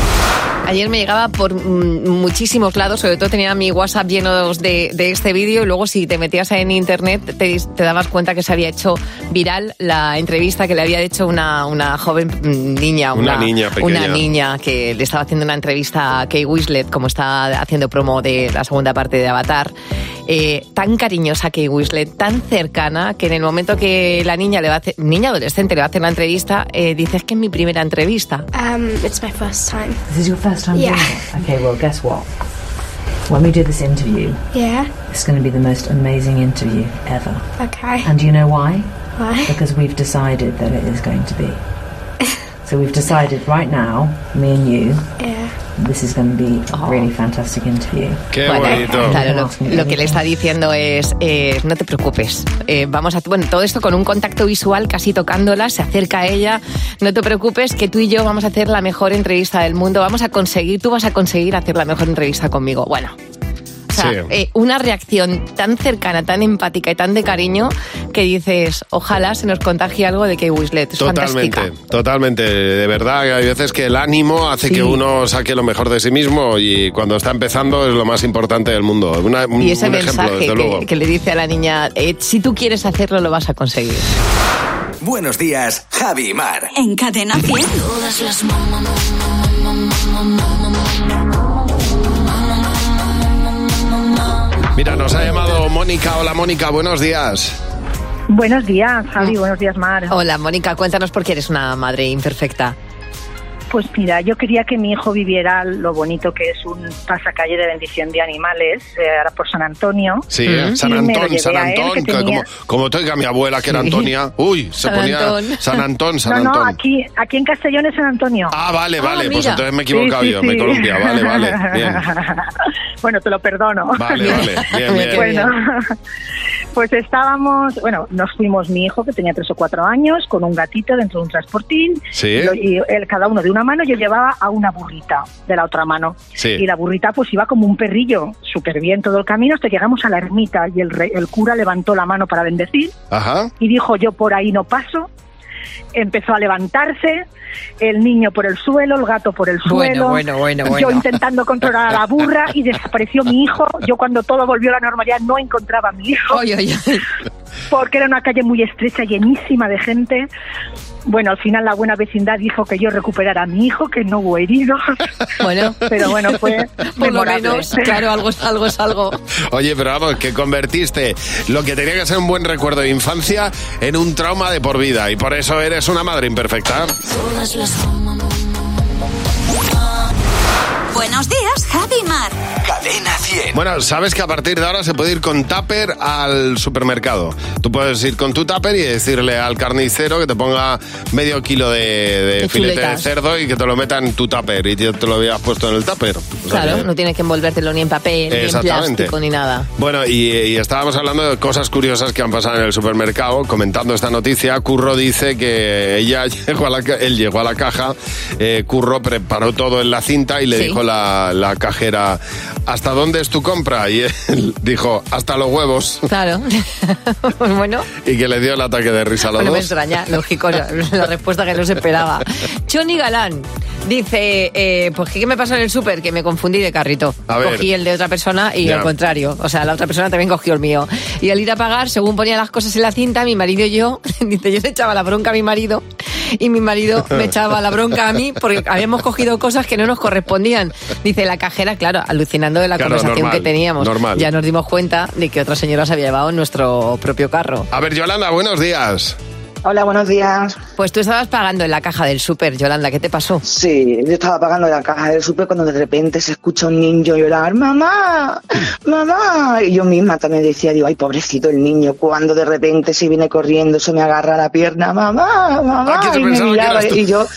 S4: Ayer me llegaba por mm, muchísimos lados, sobre todo tenía mi WhatsApp lleno de, de este vídeo y luego si te metías en internet te, dis- te dabas cuenta que se había hecho viral la entrevista que le había hecho una, una joven mm, niña.
S3: Una niña pequeña.
S4: Una niña que le estaba haciendo una entrevista a Kate Winslet, como está haciendo promo de la segunda parte de Avatar. Eh, tan cariñosa Kate Winslet, tan cercana, que en el momento que la niña, le va a hacer- niña adolescente le va a hacer la entrevista, eh, dice es que es mi primera entrevista.
S9: Um, it's my first time.
S10: This is your first time
S9: Yeah.
S10: doing it? Okay, well, guess what? When we do this interview,
S9: Yeah.
S10: it's going to be the most amazing interview ever.
S9: Okay.
S10: And do you know why?
S9: Why?
S10: Because we've decided that it is going to be. so we've decided right now, me and you, this is going to be a really fantastic interview.
S4: Bueno, claro, lo, lo que le está diciendo es, eh, no te preocupes, eh, vamos a... Bueno, todo esto con un contacto visual, casi tocándola, se acerca a ella, no te preocupes, que tú y yo vamos a hacer la mejor entrevista del mundo, vamos a conseguir, tú vas a conseguir hacer la mejor entrevista conmigo. Bueno. O sea,
S7: Sí.
S4: eh, una reacción tan cercana, tan empática y tan de cariño que dices, ojalá se nos contagie algo de Kate Winslet. Es
S3: Totalmente,
S4: fantástica.
S3: totalmente. De verdad, que hay veces que el ánimo hace
S4: Sí.
S3: que uno saque lo mejor de sí mismo y cuando está empezando es lo más importante del mundo. Una- un
S4: Y ese
S3: un
S4: mensaje
S3: ejemplo, desde
S4: que,
S3: luego.
S4: que le dice a la niña, eh, si tú quieres hacerlo, lo vas a conseguir.
S2: Buenos días, Javi y Mar.
S1: En cadena 100.
S3: Mira, nos ha llamado Mónica. Hola, Mónica, buenos días.
S4: Buenos días, Javi. Buenos días, Mar. Hola, Mónica. Cuéntanos por qué eres una madre imperfecta.
S25: Pues mira, yo quería que mi hijo viviera lo bonito que es un pasacalle de bendición de animales, eh, ahora por San Antonio.
S4: Mm.
S25: Mm.
S3: Sí,
S25: Y
S3: ¿eh? San
S25: me lo
S3: Antón,
S25: llevé
S3: San
S25: a él,
S3: Antón,
S25: que
S3: que
S25: tenía-
S3: como, como oiga mi abuela que era
S25: Sí.
S3: Antonia. Uy, se
S25: San
S3: ponía
S25: Antón.
S3: San Antón, San
S25: no, no,
S3: Antón.
S25: aquí, aquí en Castellón es San Antonio.
S3: Ah, vale, vale, pues entonces me he equivocado yo, me he columpiado, vale, vale, bien.
S25: bueno, te lo perdono.
S3: Vale, vale, bien, bien.
S25: Bueno, pues estábamos, bueno, nos fuimos mi hijo, que tenía tres o cuatro años, con un gatito dentro de un transportín.
S7: Sí.
S25: Lo- Y él, cada uno de una mano, yo llevaba a una burrita de la otra mano.
S7: Sí.
S25: Y la burrita pues iba como un perrillo, súper bien todo el camino, hasta que llegamos a la ermita y el, re- el cura levantó la mano para bendecir
S3: Ajá.
S25: y dijo yo por ahí no paso. Empezó a levantarse, el niño por el suelo, el gato por el
S7: Bueno, bueno,
S25: suelo.
S7: bueno,
S25: Yo
S7: bueno.
S25: intentando controlar a la burra y desapareció mi hijo. Yo cuando todo volvió a la normalidad no encontraba a mi hijo. Porque era una calle muy estrecha, llenísima de gente. Bueno, al final la buena vecindad dijo que yo recuperara a mi hijo, que no hubo heridos.
S4: Bueno,
S25: pero bueno, fue
S4: Por lo
S25: memorable.
S4: menos, claro, algo es algo. Es algo.
S3: Oye, pero vamos, que convertiste lo que tenía que ser un buen recuerdo de infancia en un trauma de por vida y por eso eres una madre imperfecta.
S1: Buenos días, Javi y Mar.
S2: Cadena 100.
S3: Bueno, sabes que a partir de ahora se puede ir con tupper al supermercado. Tú puedes ir con tu tupper y decirle al carnicero que te ponga medio kilo de, de
S4: De
S3: filete de
S4: chuletas.
S3: cerdo y que te lo meta en tu tupper y te, te lo habías puesto en el tupper. O sea
S4: Claro,
S3: que-
S4: no tienes que envolvértelo ni en papel, ni en
S3: Exactamente.
S4: plástico, ni nada.
S3: Bueno, y, y estábamos hablando de cosas curiosas que han pasado en el supermercado. Comentando esta noticia, Curro dice que ella llegó a la, ca- él llegó a la caja, eh, Curro preparó todo en la cinta y le
S7: Sí.
S3: dijo la, la cajera, ¿hasta dónde es tu compra? Y él dijo, hasta los huevos.
S4: Claro. bueno,
S3: Y que le dio el ataque de risa a los
S4: bueno, me
S3: dos.
S4: extraña, lógico, la, la respuesta que no se esperaba. Johnny Galán dice, eh, pues ¿qué me pasó en el súper? Que me confundí de carrito.
S7: A ver.
S4: Cogí el de otra persona y
S7: Ya.
S4: al contrario. O sea, la otra persona también cogió el mío. Y al ir a pagar, según ponía las cosas en la cinta, mi marido y yo, dice, yo le echaba la bronca a mi marido y mi marido me echaba la bronca a mí porque habíamos cogido cosas que no nos correspondían. Dice la cajera, claro, alucinando de la
S3: Claro,
S4: conversación
S3: normal,
S4: que teníamos.
S3: normal.
S4: Ya nos dimos cuenta de que otra señora se había llevado nuestro propio carro.
S3: A ver, Yolanda, buenos días.
S26: Hola, buenos días.
S4: Pues tú estabas pagando en la caja del súper, Yolanda, ¿qué te pasó?
S7: Sí, yo estaba pagando la caja del súper cuando de repente se escucha un niño llorar, mamá, mamá. Y yo misma también decía, digo, ay, pobrecito el niño, cuando de repente se viene corriendo, se me agarra la pierna, mamá, mamá.
S6: Ah, que te
S7: y me
S6: pensaba que
S7: miraba,
S6: eras tú.
S7: y yo,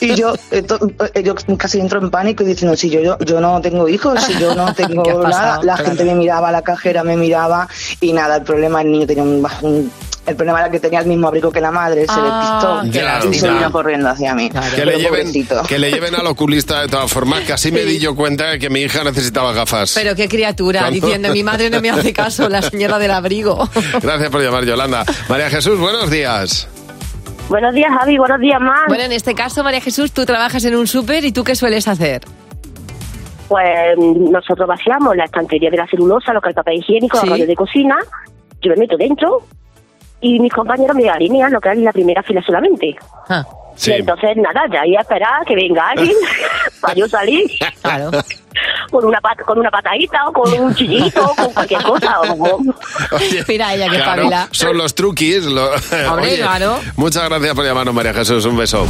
S7: y yo, esto- eh, yo casi entro en pánico y diciendo, si yo, yo, yo no tengo hijos, si yo no tengo
S25: ¿Qué ha
S7: nada.
S25: pasado?
S7: La
S25: Claro.
S7: gente me miraba, la cajera me miraba y nada, el problema, el niño tenía un... un- el problema era que tenía el mismo abrigo que la madre, se
S3: Ah,
S7: le
S3: qué
S7: pistó y se
S3: lástima.
S7: vino corriendo hacia mí.
S3: Que
S7: Pero
S3: le, lleven,
S7: pobrecito.
S3: que le lleven al oculista de todas formas, que así me di yo cuenta de que mi hija necesitaba gafas.
S4: Pero qué criatura,
S3: Claro.
S4: diciendo mi madre no me hace caso, la señora del abrigo.
S3: Gracias por llamar, Yolanda. María Jesús, buenos días.
S4: Buenos días, Javi, buenos días, Mar. Bueno, en este caso, María Jesús, tú trabajas en un súper y tú qué sueles hacer.
S9: Pues mm, nosotros vaciamos la estantería de la celulosa, lo que el papel higiénico,
S4: Sí.
S9: los rollos de cocina. Yo me meto dentro y mis compañeros me alinean lo que es la primera fila solamente.
S4: Ah.
S3: Sí.
S9: Y entonces, nada, ya ahí a esperar que venga alguien para yo salir.
S4: Claro.
S9: Con una, pat- con una patadita o con un chillito o con cualquier cosa. o-
S4: Mira ella que
S3: Claro,
S4: espabila.
S3: son los truquis. lo-
S4: Hombre, claro.
S3: Muchas gracias por llamarnos, María Jesús. Un beso.